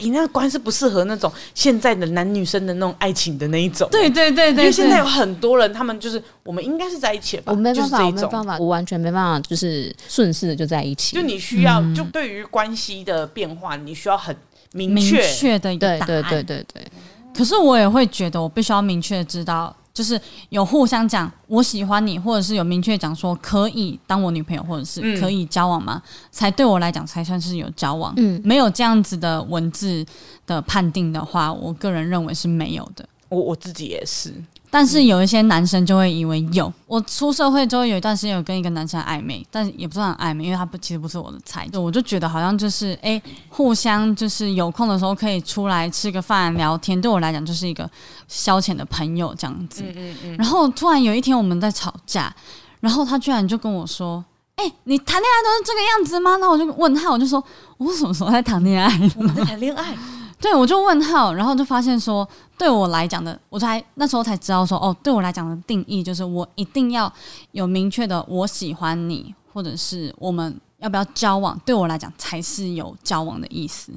你、那关是不适合那种现在的男女生的那种爱情的那一种。对对对对因为现在有对很多人，他们就是我们应该是在一起了吧？我没就是办法，这我一没办种。法，我完全没办法，就是顺势的就在一起。就你需要，嗯就对于关系的变化，你需要很明明确。确的一个对答案。对对对对，可是我也会觉得，我必须要明确地知道，就是有互相讲我喜欢你，或者是有明确讲说可以当我女朋友，或者是嗯可以交往吗？才对我来讲才算是有交往。嗯，没有这样子的文字的判定的话，我个人认为是没有的。我我自己也是，但是有一些男生就会以为有。我出社会之后有一段时间有跟一个男生暧昧，但也不算很暧昧，因为他不其实不是我的菜。就我就觉得好像就是哎、互相就是有空的时候可以出来吃个饭聊天，对我来讲就是一个消遣的朋友这样子。嗯嗯，然后突然有一天我们在吵架，然后他居然就跟我说。哎、你谈恋爱都是这个样子吗？那我就问他，我就说，我什么时候在谈恋爱？我们在谈恋爱，对，我就问号，然后就发现说，对我来讲的，我才那时候才知道说，哦，对我来讲的定义就是我一定要有明确的我喜欢你，或者是我们要不要交往，对我来讲才是有交往的意思。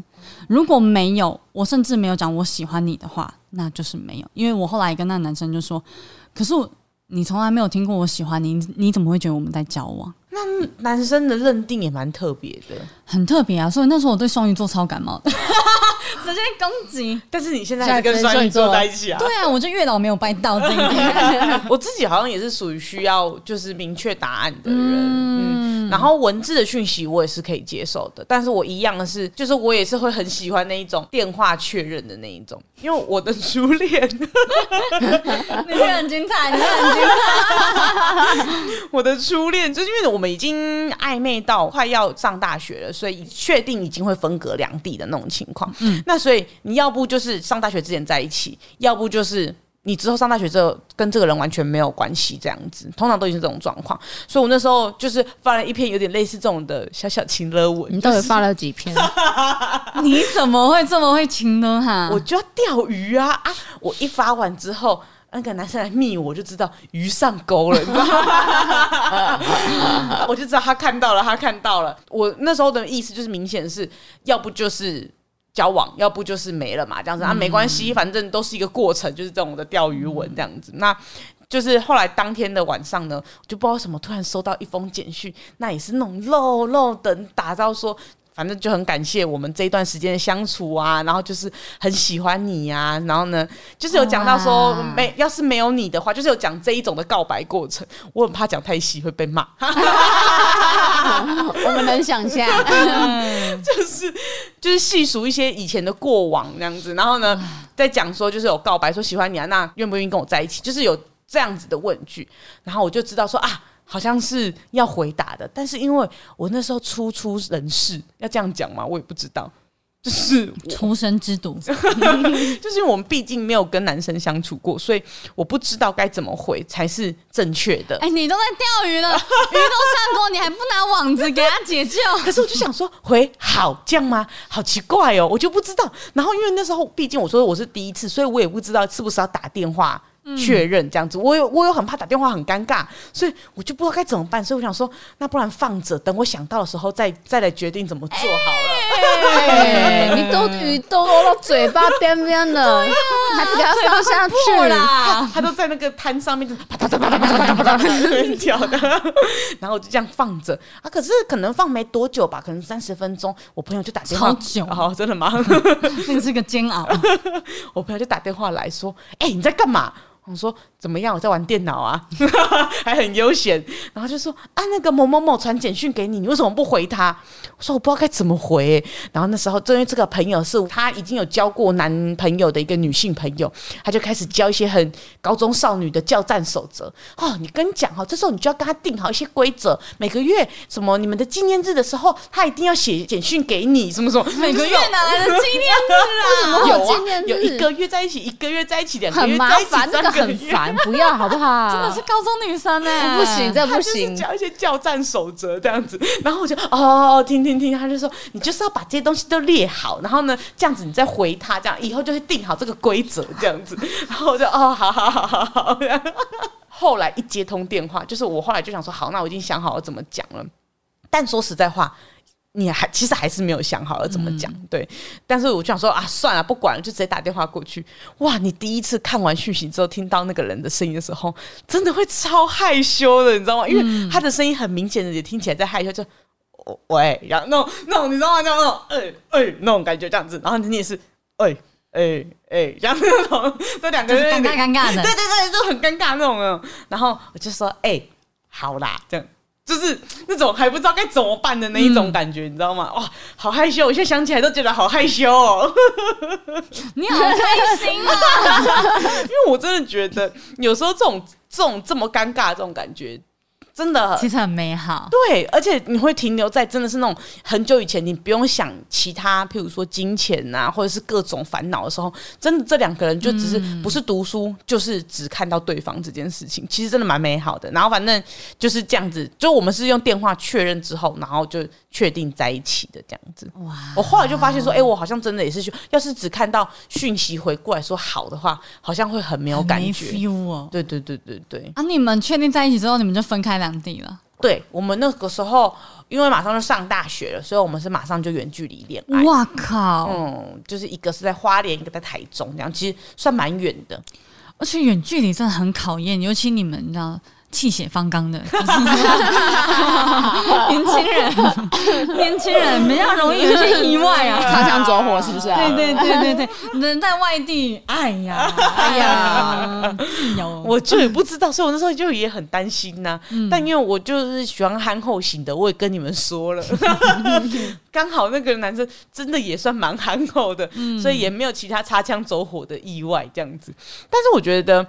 如果没有，我甚至没有讲我喜欢你的话，那就是没有。因为我后来跟那个男生就说，可是我你从来没有听过我喜欢你，你你怎么会觉得我们在交往？ 男生的认定也蛮特别的。很特别啊！所以那时候我对双鱼座超感冒的，直接攻击。但是你现在现在还是跟跟双双鱼鱼座座在一起啊？对啊，我就月老没有拜到这一点。 我自己好像也是属于需要就是明确答案的人，嗯嗯然后文字的讯息我也是可以接受的，但是我一样的是，就是我也是会很喜欢那一种电话确认的那一种，因为我的 初恋， 你是很精彩，你是很精彩。我的初恋就是因为我们已经暧昧到快要上大学了，所以确定已经会分隔两地的那种情况。嗯，那所以你要不就是上大学之前在一起，要不就是。你之后上大学之后跟这个人完全没有关系，这样子通常都已经是这种状况，所以我那时候就是发了一篇有点类似这种的小小情勒文，你到底发了几篇？你怎么会这么会情呢？哈，我就要钓鱼啊啊！我一发完之后，那个男生来密我，我就知道鱼上钩了，你知道吗？ 我就知道他看到了，他看到了。我那时候的意思就是，明显是要不就是。交往，要不就是没了嘛，这样子啊，没关系，反正都是一个过程，就是这种的钓鱼文这样子。那就是后来当天的晚上呢，就不知道为什么突然收到一封简讯，那也是那种肉肉的打造说。反正就很感谢我们这一段时间的相处啊，然后就是很喜欢你呀、然后呢，就是有讲到说哇没，要是没有你的话，就是有讲这一种的告白过程。我很怕讲太细会被骂， 我们能 想象，嗯就是细数一些以前的过往那样子，然后呢，再讲说就是有告白说喜欢你啊，那愿不愿意跟我在一起，就是有这样子的问句，然后我就知道说啊。好像是要回答的，但是因为我那时候初出人事，要这样讲吗？我也不知道， 就是出生之 毒，就是因为我们毕竟没有跟男生相处过，所以我不知道该怎么回才是正确的。哎、你都在钓鱼了，鱼都上钩，你还不拿网子给他解 救？可是我就想说，回好这样吗？好奇怪哦，我就不知道。然后因为那时候，毕竟我说我是第一次，所以我也不知道是不是要打电话确认这样子。我有我有很怕打电话很尴尬，所以我就不知道该怎么办。所以我想说，那不然放着，等我想到的时候再再来决定怎么做好了。对，你都鱼都落到嘴巴边边了，还不给它放下啊破去啦！他都在那个摊上面就啪嗒嗒嗒嗒嗒嗒嗒跳的，然后我就这样放着啊。可是可能放没多久吧，可能三十分钟，我朋友就打电话，超久哦，真的吗？那个是个煎 熬，我朋友就打电话来说：“哎、你在干嘛？”我说：“怎么样？我在玩电脑啊， 还很悠闲。”然后就说：“啊，那个某某某传简讯给你，你为什么不回他？”我说：“我不知道该怎么回、欸然后那时候，因为这个朋友是她已经有交过男朋友的一个女性朋友，她就开始教一些很高中少女的教战守则。哦，你跟你讲哈，这时候你就要跟她定好一些规则，每个月什么你们的纪念日的时候，她一定要写简讯给你，什么什么，每个月就是哪来的纪念 日啊？么会有有啊纪念，日有一个月在一起，一个月在一起，两个很月麻在一起，烦，那三个个很月。烦，不要好不好？ 真的是高中女生哎，不行，这他不就是行。讲一些教战守则这样子，然后我就哦哦哦，听听听，他就说你就是要把这些东西都列好，然后呢，这样子你再回他，这样以后就会定好这个规则这样子。然后我就哦，好好好好好。后来一接通电话，就是我后来就想说，好，那我已经想好了怎么讲了。但说实在话，你还其实还是没有想好要怎么讲，对。但是我就想说啊，算了，不管了，就直接打电话过去。哇，你第一次看完讯息之后，听到那个人的声音的时候，真的会超害羞的，你知道吗？因为他的声音很明显的也听起来在害羞，就。哦喂，然后那种那种你知道吗？那种那种哎哎那种感觉这样子，然后你也是哎哎哎，这样子那种， 那两个就是人尴有尬点尴尬的 对。对对，就很尴尬那种嗯。然后我就说，哎、好啦，这样。就是那种还不知道该怎么办的那一种感觉，你知道吗？哇，好害羞！我现在想起来都觉得好害羞哦， 你好开心啊！因为我真的觉得有时候这种这种这么尴尬的这种感觉，真的其实很美好，对，而且你会停留在真的是那种很久以前，你不用想其他，譬如说金钱啊，或者是各种烦恼的时候，真的这两个人就只是不是读书，就是只看到对方这件事情，其实真的蛮美好的。然后反正就是这样子，就我们是用电话确认之后，然后就确定在一起的这样子。哇！我后来就发现说，哎、我好像真的也是去，要是只看到讯息回过来说好的话，好像会很没有很感没觉。 feel 哦。对对对对对。啊，你们确定在一起之后，你们就分开两地了？对我们那个时候，因为马上就上大学了，所以我们是马上就远距离恋爱。哇靠！哎嗯，就是一个是在花莲，一个在台中，这样其实算蛮远的。而且远距离真的很考验，尤其你们你知道气血方刚的啊年轻人，年轻人比较容易有一些意外啊。 擦枪走火是不是啊？对对对对对，人在外地，哎呀，哎呀，自由。我就也不知道，所以我那时候就也很担心呐、但因为我就是喜欢憨厚型的，我也跟你们 说了，刚好那个男生真的也算蛮憨厚的，所以也没有其他擦枪走火的意外这样子。但是我觉得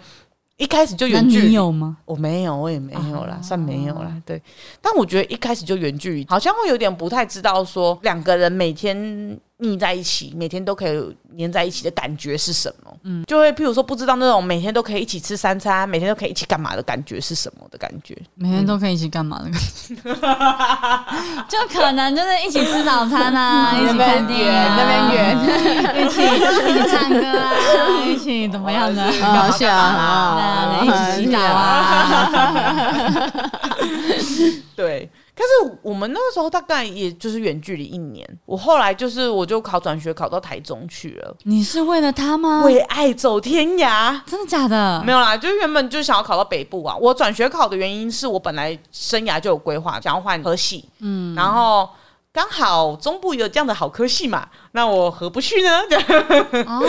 一开始就那远距你离，有吗？我没有，我也没有啦，算没有啦。对，但我觉得一开始就远距离，好像会有点不太知道说两个人每天腻在一起，每天都可以黏在一起的感觉是什么。嗯，就会譬如说不知道那种每天都可以一起吃三餐，每天都可以一起干嘛的感觉是什么的感觉。每天都可以一起干嘛的？ 就可能就是一起吃早餐 啊，一起看电影啊， 远，一起一起唱歌啊，一起怎么样的？ 好 笑那啊！一起洗澡啊，对，但是我们那个时候大概也就是远距离一年，我后来就是我就考转学考到台中去了，你是为了他吗？为爱走天涯。真的假的？没有啦，就原本就想要考到北部啊。我转学考的原因是我本来生涯就有规划，想要换科系，嗯，然后刚好中部有这样的好科系嘛，那我何不去呢？ 对哦，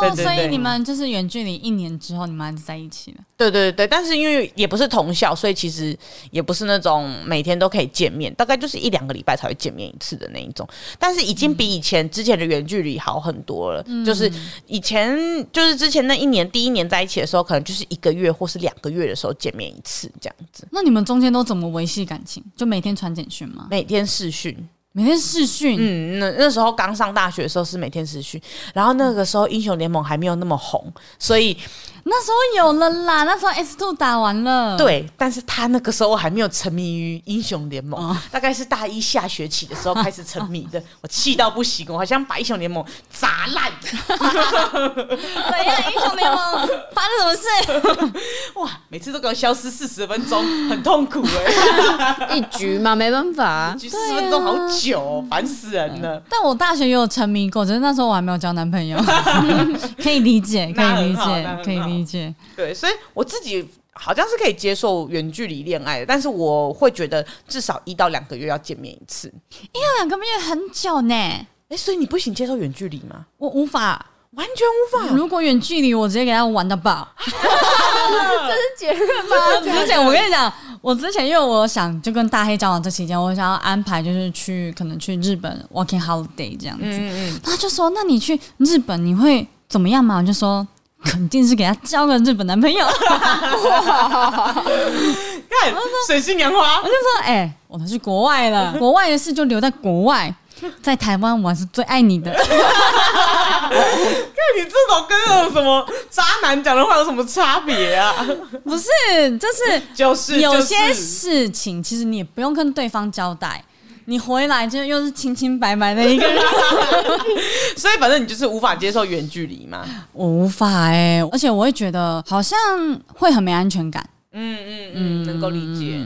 对对所以你们就是远距离一年之后，你们还是在一起了。对对对，但是因为也不是同校，所以其实也不是那种每天都可以见面，大概就是一两个礼拜才会见面一次的那一种。但是已经比以前之前的远距离好很多了，就是以前就是之前那一年第一年在一起的时候，可能就是一个月或是两个月的时候见面一次这样子，那你们中间都怎么维系感情？就每天传简讯吗？每天视讯。每天视讯？嗯，那那时候刚上大学的时候是每天实训，然后那个时候英雄联盟还没有那么红，所以那时候有了啦，那时候 S two 打完了，，对，但是他那个时候还没有沉迷于英雄联盟，大概是大一下学期的时候开始沉迷的。我气到不行，我好像把英雄联盟砸烂。怎样英雄联盟 发生什么事？ 哇，每次都给我消失四十分钟，很痛苦哎、 一局嘛，没办法、局四十分钟好久、哦，烦死人了。但我大学也有沉迷过，只是那时候我还没有交男朋友， 可以理解，可以那很理好那很解好，嗯可以理解。对，所以我自己好像是可以接受远距离恋爱的，但是我会觉得至少一到两个月要见面一次。那两个月很久呢，哎、所以你不行接受远距离吗？我无法。完全无法。如果远距离，我直接给他玩到爆。这是结 论吗？我之前我跟你讲，我之前因为我想就跟大黑交往这期间，我想要安排就是去可能去日本 working holiday 这样子，嗯嗯，他就说那你去日本你会怎么样嘛？我就说肯定是给他交个日本男朋友。 看水性杨花我，就说，哎、我都去国外了，国外的事就留在国外，在台湾我还是最爱你的。 看哎你这种跟那种什么渣男讲的话有什么差别 啊？不是，就是就是有就是些事情其实你也不用跟对方交代，你回来就又是清清白白的一个人，所以反正你就是无法接受远距离嘛。我无法哎、而且我会觉得好像会很没安全感。嗯嗯嗯，能够理解。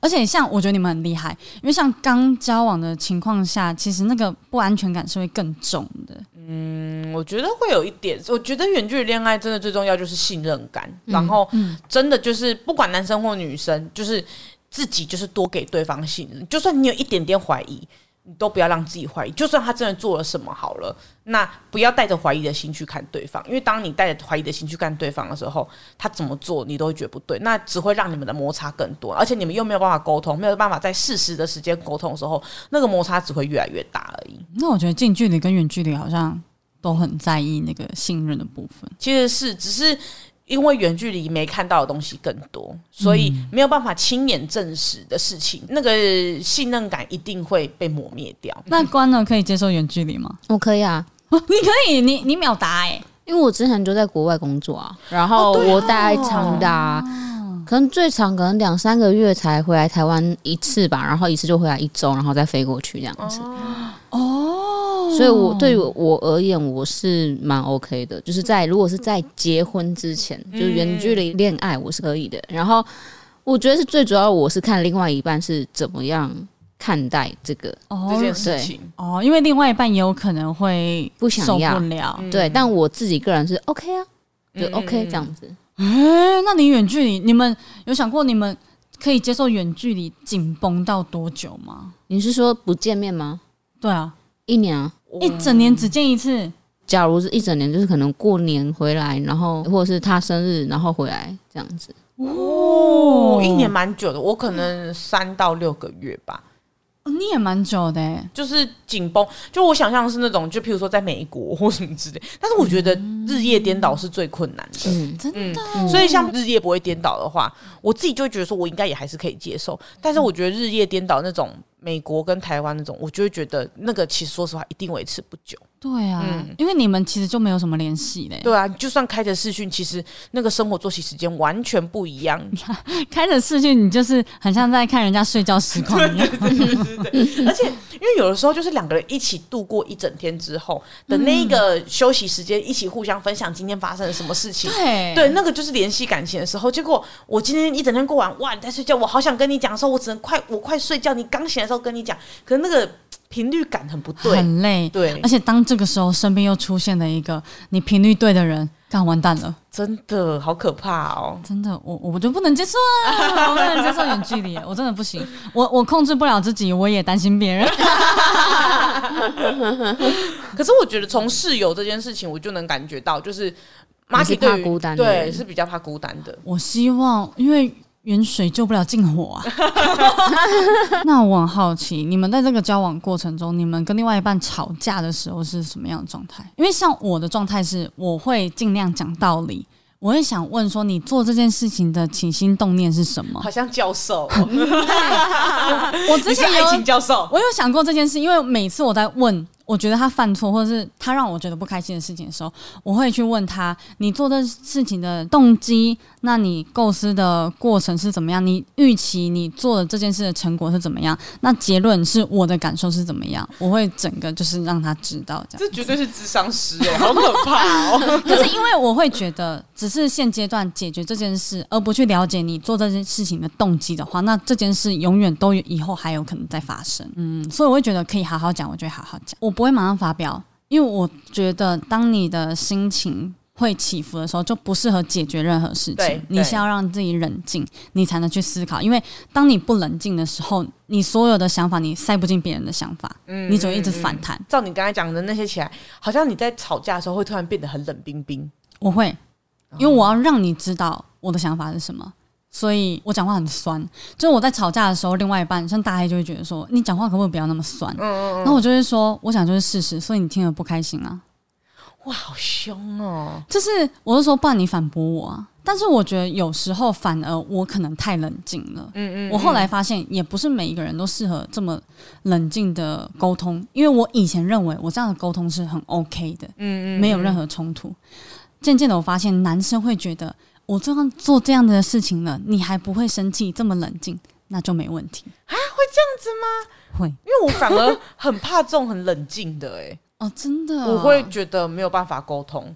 而且像我觉得你们很厉害，因为像刚交往的情况下，其实那个不安全感是会更重的。嗯，我觉得会有一点，我觉得远距离恋爱真的最重要就是信任感，然后真的就是不管男生或女生，就是自己就是多给对方信任，就算你有一点点怀疑。你都不要让自己怀疑，就算他真的做了什么好了，那不要带着怀疑的心去看对方，因为当你带着怀疑的心去看对方的时候，他怎么做你都会觉得不对，那只会让你们的摩擦更多，而且你们又没有办法沟通，没有办法在适时的时间沟通的时候，那个摩擦只会越来越大而已。那我觉得近距离跟远距离好像都很在意那个信任的部分。其实是只是因为远距离没看到的东西更多，所以嗯没有办法亲眼证实的事情，那个信任感一定会被磨灭掉。那关了可以接受远距离吗？ 我可以啊，你可以，你你秒答哎、因为我之前就在国外工作啊，然后哦我大概长达、可能最长可能两三个月才回来台湾一次吧，然后一次就回来一周，然后再飞过去这样子。哦，所以我对于我而言，我是蛮 OK 的，就是在如果是在结婚之前，嗯就是远距离恋爱，我是可以的。然后我觉得是最主要，我是看另外一半是怎么样看待这个。这哦件事情，哦，因为另外一半也有可能会不想受要不了。嗯对，但我自己个人是 OK 啊，就嗯 OK 这样子。哎、那你远距离，你们有想过你们可以接受远距离紧绷到多久吗？你是说不见面吗？对啊，一年啊？一整年只见一次，假如是一整年，就是可能过年回来，然后或者是他生日，然后回来这样子。哦，一年蛮久的，我可能三到六个月吧。哦你也蛮久的、欸。就是紧绷，就我想象是那种，就譬如说在美国或什么之类，但是我觉得日夜颠倒是最困难的。嗯，真的，所以像日夜不会颠倒的话，我自己就会觉得说，我应该也还是可以接受。但是我觉得日夜颠倒那种美国跟台湾那种，我就会觉得那个其实说实话一定维持不久。对啊、嗯因为你们其实就没有什么联系欸嘞。对啊，就算开着视讯，其实那个生活作息时间完全不一样。开着视讯，你就是很像在看人家睡觉实况 一样。而且因为有的时候就是两个人一起度过一整天之后的那个休息时间，一起互相分享今天发生了什么事情。对对，那个就是联系感情的时候。结果我今天一整天过完，哇，你在睡觉，我好想跟你讲的时候，我只能快我快睡觉，你刚醒来的时候跟你讲，可是那个嘖频率感很不对。很累。 对而，且当这个时候身边又出现了一个你频率对的人，干完蛋了，真的好可怕哦。真的，我我就不能接受啊，我不能接受远距离，我真的不行，我我控制不了自己，我也担心别人。可是我觉得从室友这件事情，我就能感觉到，就是你是 Marky 对怕于孤单的对人是比较怕孤单的。我希望，因为远水救不了近火啊。 那我很好奇，你们在这个交往过程中，你们跟另外一半吵架的时候是什么样的状态？因为像我的状态是，我会尽量讲道理。我会想问说，你做这件事情的起心动念是什么？好像教 授、哦，我之你是前有爱情教授， 我有想过这件事，因为每次我在问我觉得他犯错，或者是他让我觉得不开心的事情的时候，我会去问他：你做这事情的动机，那你构思的过程是怎么样？你预期你做的这件事的成果是怎么样？那结论是我的感受是怎么样？我会整个就是让他知道这样。这绝对是智商师哎、好可怕哦！可是因为我会觉得，只是现阶段解决这件事，而不去了解你做这件事情的动机的话，那这件事永远都有以后还有可能再发生。嗯，所以我会觉得可以好好讲，我就会好好讲，我不会马上发表，因为我觉得当你的心情。会起伏的时候就不适合解决任何事对情，你对是要让自己冷静，你才能去思考。因为当你不冷静的时候，你所有的想法你塞不进别人的想法，嗯你只会一直反弹。 照你刚才讲的那些起来，好像你在吵架的时候会突然变得很冷冰冰。我会，因为我要让你知道我的想法是什么，所以我讲话很酸。就是我在吵架的时候，另外一半像大黑就会觉得说，你讲话可不可以不要那么酸？然后我就会说，我讲就是事实，所以你听了不开心啊。哇，好凶哦！就是我是说，不然你反驳我啊。但是我觉得有时候反而我可能太冷静了。嗯嗯我后来发现，也不是每一个人都适合这么冷静的沟通，因为我以前认为我这样的沟通是很 OK 的，嗯嗯没有任何冲突。渐渐的，我发现男生会觉得我这样做这样的事情了，你还不会生气，这么冷静，那就没问题。啊会因为我反而很怕这种很冷静的哎、哦，真的，我会觉得没有办法沟通。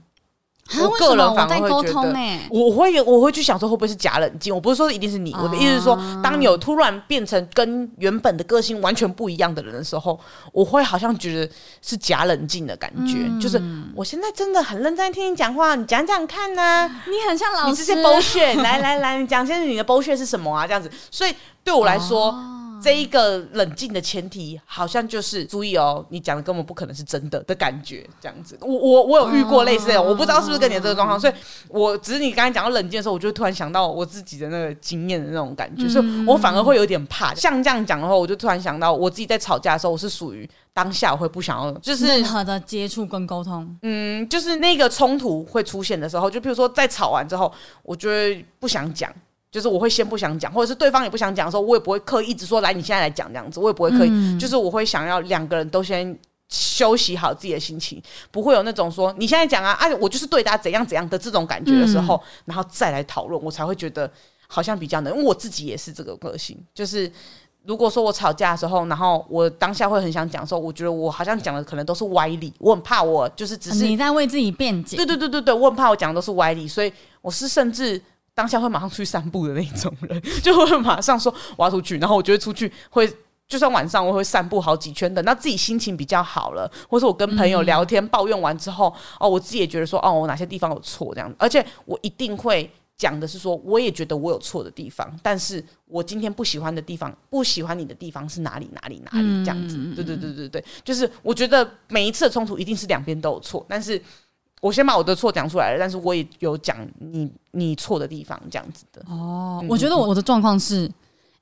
啊，我为个什人么我反而在会沟觉通欸得呢、我会我会去想说会不会是假冷静，我不是说一定是你，我的意思是说，当你有突然变成跟原本的个性完全不一样的人的时候，我会好像觉得是假冷静的感觉，就是我现在真的很认真在听你讲话，你讲讲看啊呐、你很像老你师这些 bullshit，来来来，你讲现在你的 bullshit 是什么啊？这样子，所以对我来说。哦这一个冷静的前提，好像就是注意哦，你讲的根本不可能是真的的感觉，这样子。我我我有遇过类似的，我不知道是不是跟你的这个状况，所以我只是你刚才讲到冷静的时候，我就突然想到我自己的那个经验的那种感觉，所嗯以我反而会有点怕。像这样讲的话，我就突然想到我自己在吵架的时候，我是属于当下我会不想要，就是任何的接触跟沟通。嗯，就是那个冲突会出现的时候，就譬如说在吵完之后，我就会不想讲，就是我会先不想讲，或者是对方也不想讲的时候，我也不会刻意一直说来你现在来讲这样子，我也不会刻意，就是我会想要两个人都先。休息好自己的心情，不会有那种说你现在讲啊，啊，我就是对大家怎样怎样的这种感觉的时候，然后再来讨论，我才会觉得好像比较能。因为我自己也是这个个性，就是如果说我吵架的时候，然后我当下会很想讲说，我觉得我好像讲的可能都是歪理，我很怕我就是只是啊你在为自己辩解对，对对对对，我很怕我讲的都是歪理，所以我是甚至当下会马上出去散步的那种人， 就会马上说我要出去，然后我就会出去会。就算晚上我会散步好几圈的，那自己心情比较好了，或是我跟朋友聊天、抱怨完之后，哦，我自己也觉得说，哦，我哪些地方有错这样，而且我一定会讲的是说，我也觉得我有错的地方，但是我今天不喜欢的地方，不喜欢你的地方是哪里哪里哪里这样子，对对对对对，就是我觉得每一次的冲突一定是两边都有错，但是我先把我的错讲出来了，但是我也有讲你你错的地方，这样子的。哦，我嗯觉得我的状况是。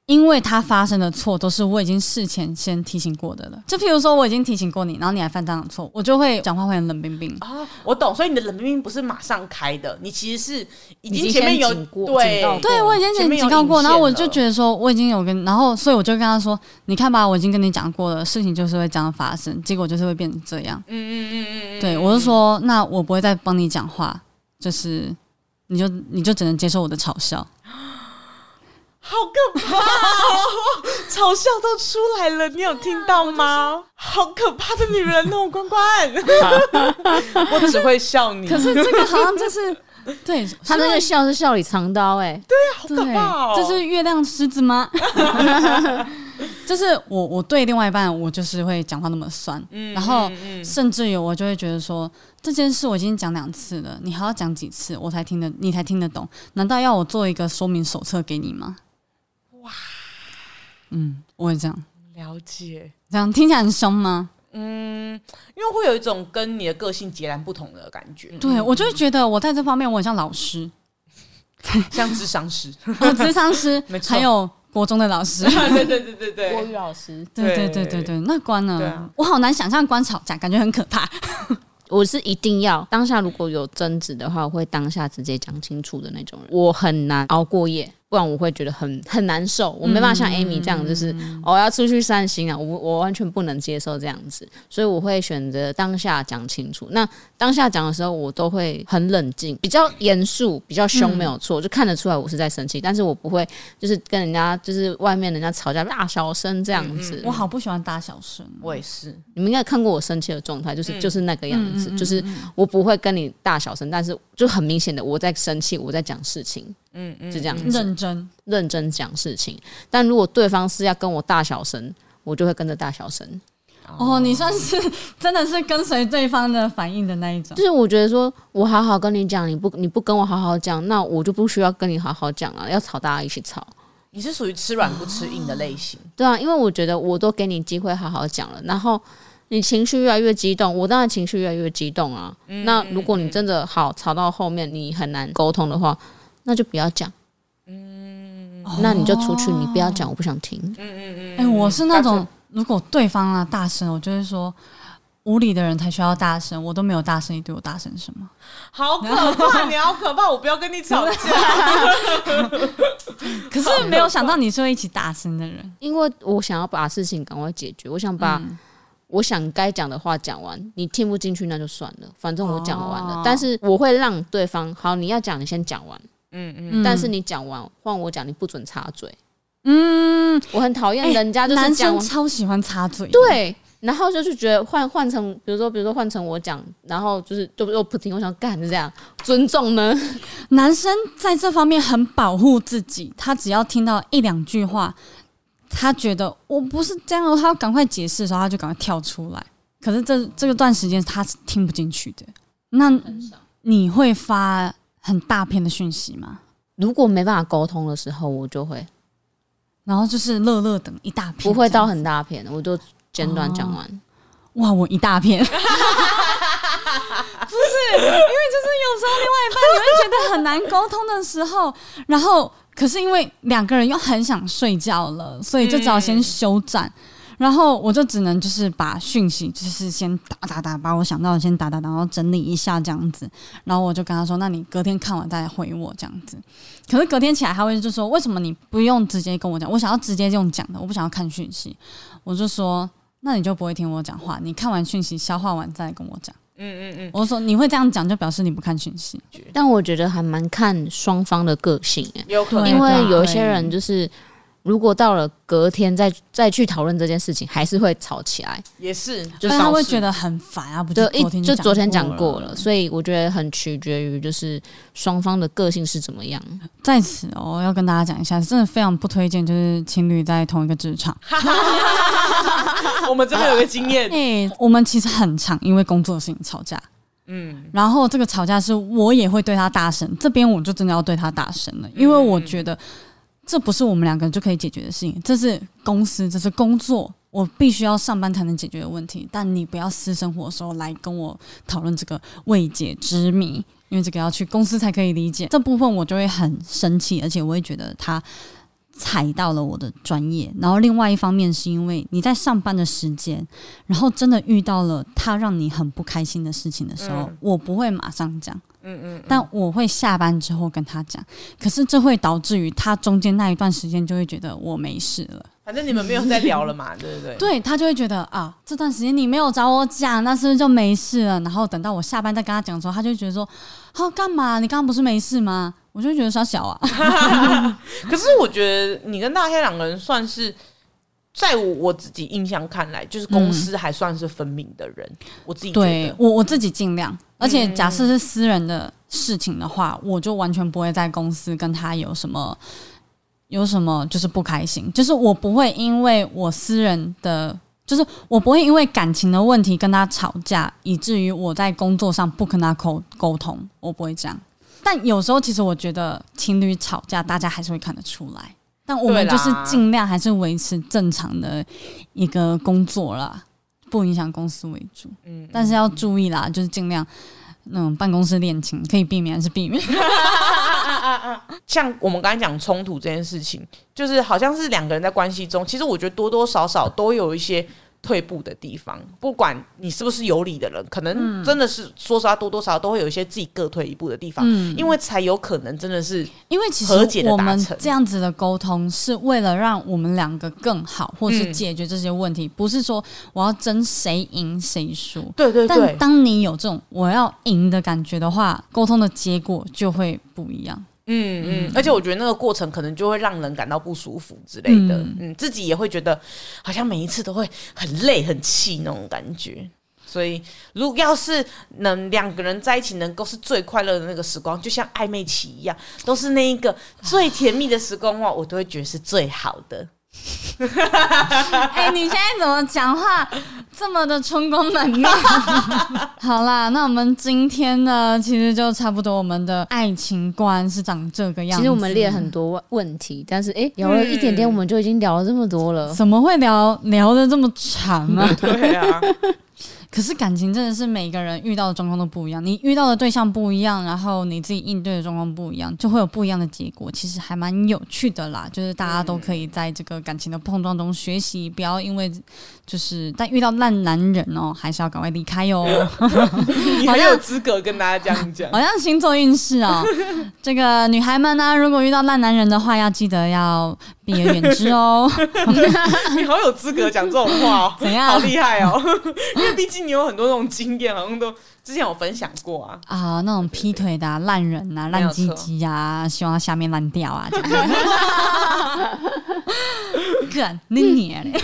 因为他发生的错都是我已经事前先提醒过的了，就譬如说我已经提醒过你，然后你还犯这样的错，我就会讲话会很冷冰冰。啊，我懂，所以你的冷冰冰不是马上开的，你其实是已已经经前面先有警过警对告过对，我已经前面有警告过，引然后我线就了觉得说我已经有跟，然后所以我就跟他说，你看吧，我已经跟你讲过了，事情就是会这样发生，结果就是会变成这样。嗯嗯嗯嗯，对，我就说那我不会再帮你讲话，就是你就你就只能接受我的嘲笑。好可怕、哦，嘲笑都出来了，你有听到吗？好可怕的女人哦，关关， 我只会笑你，可是这个好像就是 对，他那个笑是笑里藏刀哎、好对可怕哦，，这是月亮狮子吗？ 就是我我对另外一半，我就是会讲话那么酸，嗯然后甚至有我就会觉得说这件事我已经讲两次了，你还要讲几次我才听得你才听得懂？难道要我做一个说明手册给你吗？哇，嗯，我会这样，了解。嗯这样听起来很凶吗？因为会有一种跟你的个性截然不同的感觉，对我就会觉得我在这方面我很像老 师，像智商师。我智商师没，错还有国中的老师。对对对对对，郭宇老师，对对对对对对，那关呢？对啊我好难想象关吵架，感觉很可怕。我是一定要当下如果有争执的话，我会当下直接讲清楚的那种人。我很难熬过夜，我不然我会觉得很很难受，我没办法像 Amy 这样，就是、哦要出去散心啊，我我完全不能接受这样子，所以我会选择当下讲清楚。那当下讲的时候，我都会很冷静，比较严肃，比较凶，没有错，就看得出来我是在生气，但是我不会就是跟人家就是外面人家吵架大小声这样子。 我好不喜欢大小声，我也是，你们应该看过我生气的状态，就是、就是那个样子，就是我不会跟你大小声，但是就很明显的我在生气，我在讲事情，嗯嗯，就这样子认真。认真讲事情。但如果对方是要跟我大小声，我就会跟着大小声。哦，你算是 真的是跟随对方的反应的那一种就。是我觉得说我好好跟你讲，你不你不跟我好好讲，那我就不需要跟你好好讲了，要吵大家一起吵。你是属于吃软不吃硬的类型。对啊，因为我觉得我都给你机会好好讲了，然后你情绪越来越激动，我当然情绪越来越激动啊。那如果你真的好吵到后面你很难沟通的话，那就不要讲，那你就出去，你不要讲，我不想听。哎、我是那但种如果对方啊大声，我就会说无理的人才需要大声，我都没有大声，你对我大声什么？好可怕，你好可怕！我不要跟你吵架。可是没有想到你是会一起大声的人，因为我想要把事情赶快解决，我想把我想该讲的话讲完，你听不进去那就算了，反正我讲完了。哦但是我会让对方，好，你要讲你先讲完，嗯但是你讲完换我讲，你不准插嘴。嗯，我很讨厌人家就是哦男哎讲生完，超喜欢插嘴，，对。然后就是觉得换换成，比如说，比如说换成我讲，然后就是就又不停，我想干是这样，尊重呢？男生在这方面很保护自己，他只要听到一两句话，他觉得我不是这样哦，他要赶快解释的时候，他就赶快跳出来。可是这这个段时间他是听不进去的。那你会发很大片的讯息吗？如果没办法沟通的时候，我就会然后就是乐乐等一大片，不会这样到很大片，我就简短讲完。哇，我一大 片。不是，因为就是有时候另外一半你会觉得很难沟通的时候，然后可是因为两个人又很想睡觉了，所以就只好先休战。然后我就只能就是把讯息就是先打打打，把我想到的先打打打，然后整理一下这样子。然后我就跟他说：“那你隔天看完再回我这样子。”可是隔天起来他会就说：“为什么你不用直接跟我讲？我想要直接用讲的，我不想要看讯息。”我就说：“那你就不会听我讲话，你看完讯息消化完再跟我讲。嗯嗯嗯，我说你会这样讲，就表示你不看讯息。但我觉得还蛮看双方的个性诶，有可对因能。为有一些人就是，如果到了隔天再再去讨论这件事情，还是会吵起来。也是，就但他会是觉得很烦啊，不就昨一天就昨天讲讲过了了，。所以我觉得很取决于就是双方的个性是怎么样。在此哦，要跟大家讲一下，真的非常不推荐，就是情侣在同一个职 场。 我们这边有个经验，哎、我们其实很常因为工作的事情吵架。嗯，然后这个吵架是我也会对他大声，这边我就真的要对他大声了，因为我觉得这不是我们两个人就可以解决的事情，这是公司，这是工作，我必须要上班才能解决的问题。但你不要私生活的时候来跟我讨论这个未解之谜，因为这个要去公司才可以理解。这部分我就会很生气，而且我会觉得他踩到了我的专业。然后另外一方面是因为你在上班的时间，然后真的遇到了他让你很不开心的事情的时候，我不会马上讲。嗯嗯嗯，但我会下班之后跟他讲，可是这会导致于他中间那一段时间就会觉得我没事了，反正你们没有在聊 了嘛，对不对？对他就会觉得啊，这段时间你没有找我讲，那是不是就没事了？然后等到我下班再跟他讲的时候，他就会觉得说，好、干嘛？你刚刚不是没事吗？我就会觉得小小啊，可是我觉得你跟大黑两个人算是，在我我自己印象看来，就是公司还算是分明的人。我自己觉对得，嗯我我自己尽量，而且假设是私人的事情的话，我就完全不会在公司跟他有什么有什么就是不开心，就是我不会因为我私人的。就是我不会因为感情的问题跟他吵架，以至于我在工作上不跟他沟沟通，我不会这样。但有时候其实我觉得情侣吵架，大家还是会看得出来。但我对们啦就是尽量还是维持正常的一个工作啦，不影响公司为主。嗯，但是要注意啦，就是尽量那种办公室恋情可以避免还是避免。像我们刚才讲冲突这件事情，就是好像是两个人在关系中，其实我觉得多多少少都有一些退步的地方。不管你是不是有理的人，可能真的是说实话，多多少少都会有一些自己各退一步的地方，因为才有可能真的是因为其和解实的我达们成这样子的沟通是为了让我们两个更好，或是解决这些问题，不是说我要争谁赢谁输。对对但对。当你有这种我要赢的感觉的话，沟通的结果就会不一样。嗯嗯，而且我觉得那个过程可能就会让人感到不舒服之类的，嗯嗯自己也会觉得好像每一次都会很累、很气那种感觉。所以，如果要是能两个人在一起能够是最快乐的那个时光，就像暧昧期一样，都是那一个最甜蜜的时光的话，我都会觉得是最好的。哎、你现在怎么讲话这么的春光满面？ 好啦，那我们今天呢，其实就差不多，我们的爱情观是长这个样子。其实我们列了很多问问题，但是哎、聊了一点点，我们就已经聊了这么多了。怎么会聊聊的这么长啊？对啊，可是感情真的是每个人遇到的状况都不一样，你遇到的对象不一样，然后你自己应对的状况不一样，就会有不一样的结果。其实还蛮有趣的啦，就是大家都可以在这个感情的碰撞中学习，不要因为就是但遇到烂男人哦，还是要赶快离开哟、 你很有资格跟大家这样讲。好像星座运势哦，这个女孩们呢、如果遇到烂男人的话，要记得要避而远之哦。你好有资格讲这种话哦，怎样好厉害哦！ 因为毕竟你有很多那种经验，好像都之前有分享过啊。啊，那种劈腿的、啊、烂人啊、没有烂鸡错鸡啊，希望他下面烂掉啊，这样。 干你娘嘞！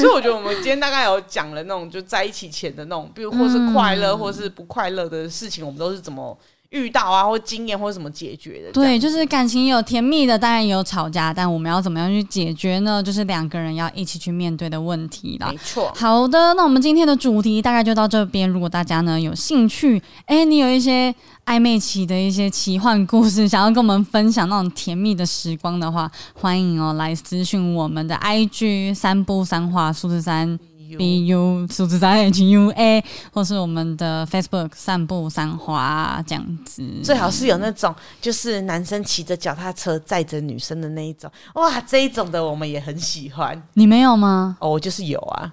所以我觉得我们今天大概有讲了那种就在一起前的那种，比如或是快乐或是不快乐的事情，我们都是怎么遇到啊，或经验或是怎么解决的。对，就是感情有甜蜜的，当然也有吵架，但我们要怎么样去解决呢？就是两个人要一起去面对的问题这啦样，没。错。好的，那我们今天的主题大概就到这边。如果大家呢有兴趣，哎、你有一些暧昧期的一些奇幻故事，想要跟我们分享那种甜蜜的时光的话，欢迎哦来私讯我们的 IG 三不三话数字三 B U 数字三 H U A，或是我们的 Facebook 散步三花这样子。最好是有那种，就是男生骑着脚踏车载着女生的那一种，哇，这一种的我们也很喜欢你没有吗？哦，我就是有啊，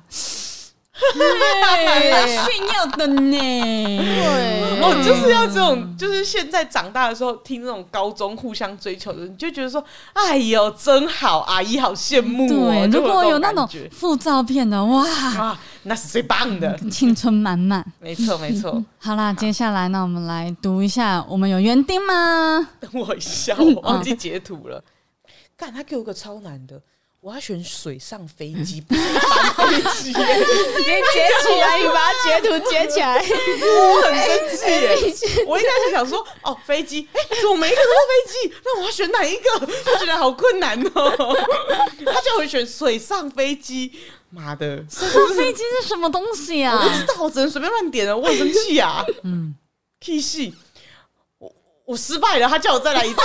炫耀的呢。对哦，就是要这种，就是现在长大的时候听那种高中互相追求的，你就觉得说，哎呦，真好，阿姨好羡慕对哦。，就如果有有那种感觉附照片的，哇，啊，那是最棒的，青春满满。没错没错。好啦，接下来呢，我们来读一下，我们有园丁吗？等我一下，我忘记截图了。嗯干，他给我个超难的，我要选水上飞机，不是一般飞机 耶， 你截起来，你把它截图截起来。我很生气耶。我一开始想说，哦，飞机，哎、怎么每一个都是飞机？那我要选哪一个？我觉得好困难 哦。他叫我选水上飞机，妈的，这上飞机是什么东西啊我？不知道，我只能随便乱点了，我很生气啊。嗯，K 系，我我失败了，他叫我再 来一次。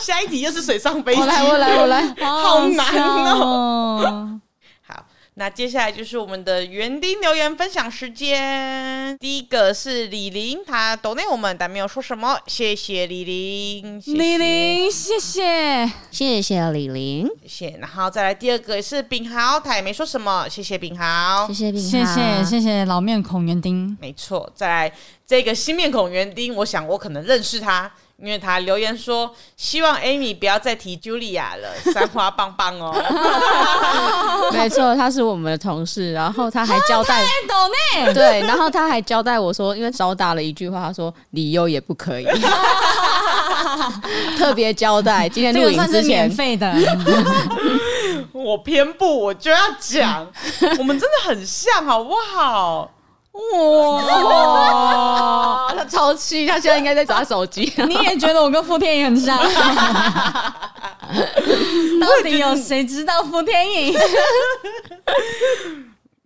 下一题又是水上飞机，我来，我来，我来。好难哦！好，那接下来就是我们的园丁留言分享时间。第一个是李玲，她抖内我们，但没有说什么，谢谢李玲，谢谢李，玲，谢谢。 谢谢李玲，谢谢。然后再来第二个是炳豪，他也没说什么，谢谢炳豪谢。谢炳谢谢谢谢老面孔园丁，没错，再来这个新面孔园丁，我想我可能认识他，因为他留言说希望 Amy 不要再提 Julia 了，三花棒棒哦。没错，他是我们的同事，然后他还交代，懂内，对，然后他还交代我说，因为招打了一句话，他说理由也不可以， 特别交代。今天这录个影算是之免前，费的。我偏不，我就要 讲，我们真的很像，好不好？哇！哦，他超气，他现在应该在砸手 机。你也觉得我跟傅天颖很 像？到底有谁知道傅天颖？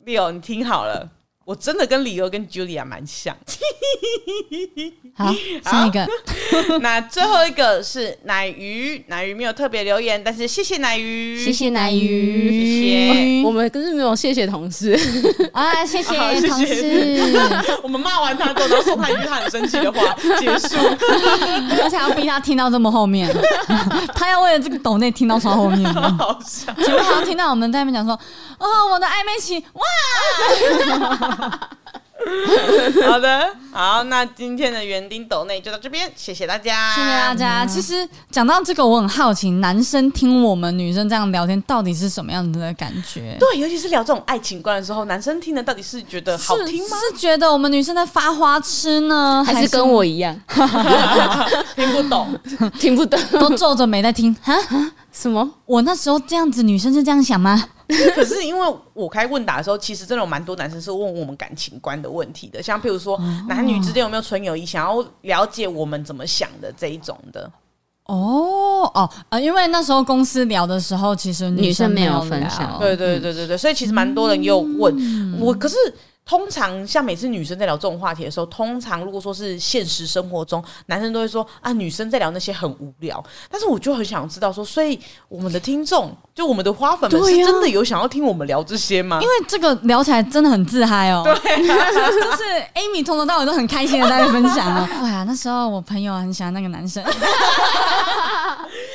六，你听好了，我真的跟理由跟 Julia 蛮像。好，下一个，那最后一个是奶鱼，奶鱼没有特别留言，但是谢谢奶鱼，谢谢奶鱼鱼，我们可是没有谢谢同事，啊，谢谢好谢谢同事， 我们骂完他之后，然后送他一句他很生气的话，结束。 而且还要逼他听到这么后面， 他要为了这个抖内听到超后面吗，好 笑。前面好像听到我们在那边讲说，哦，我的暧昧期，哇，好的，好，那今天的园丁斗内就到这边，谢谢大家，谢谢大家。其实讲到这个，我很好奇，男生听我们女生这样聊天，到底是什么样子的感觉？对，尤其是聊这种爱情观的时候，男生听的到底是觉得好听吗？是是觉得我们女生在发花痴呢，哦还是跟我一 样听不懂，听不懂都皱着眉在听？哈， 什么？我那时候这样子，女生是这样想吗？可是因为我开问答的时候，其实真的有蛮多男生是问我们感情观的问题的，像譬如说男女之间有没有纯友谊，想要了解我们怎么想的这一种的。哦哦，呃，因为那时候公司聊的时候，其实女生生没有有分享聊对对对对对，所以其实蛮多人也有问、我，可是。通常像每次女生在聊这种话题的时候，通常如果说是现实生活中，男生都会说啊，女生在聊那些很无聊。但是我就很想知道说，所以我们的听众，就我们的花粉们，是对呀真的有想要听我们聊这些吗？因为这个聊起来真的很自嗨哦，对、就是 Amy 从头到尾都很开心的在分享哦。 哇呀，那时候我朋友很喜欢那个男生，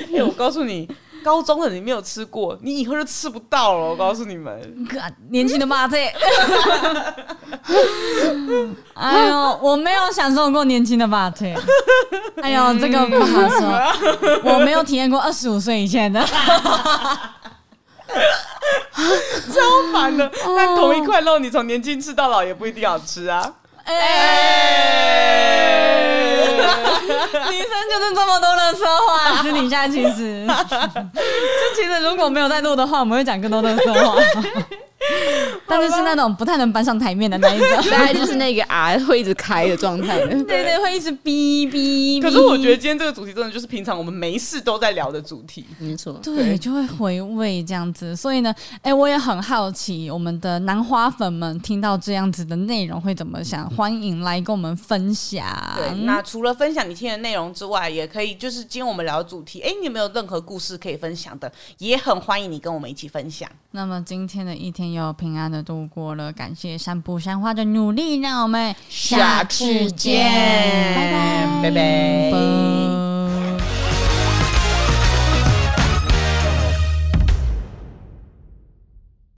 因为我告诉你，高中的你没有吃过，你以后就吃不到了。我告诉你们， God，年轻的骂这， 哎呦，我没有享受过年轻的骂这，哎呦，这个不好说，我没有体验过二十五岁以前的。超烦的。但同一块肉，你从年轻吃到老也不一定好吃啊。哎， 女生就是这么多的说话，私底下其实， 就其实如果没有在录的话，我们会讲更多的说 话，但是是那种不太能搬上台面的 那一种，大概就是那个 R 会一直开的状 态。对对，会一直哔哔哔。可是我觉得今天这个主题真的就是平常我们没事都在聊的主题。没错，对，就会回味这样子。所以呢，哎、我也很好奇，我们的男花粉们听到这样子的内容会怎么想？欢迎来跟我们分享。对，那除了分享你听的内容之外，也可以就是今天我们聊的主题，哎、你有没有任何故事可以分享的？也很欢迎你跟我们一起分享。那么今天的一天又平安的度过了，感谢山不山花的努力，让我们拜拜，拜拜。拜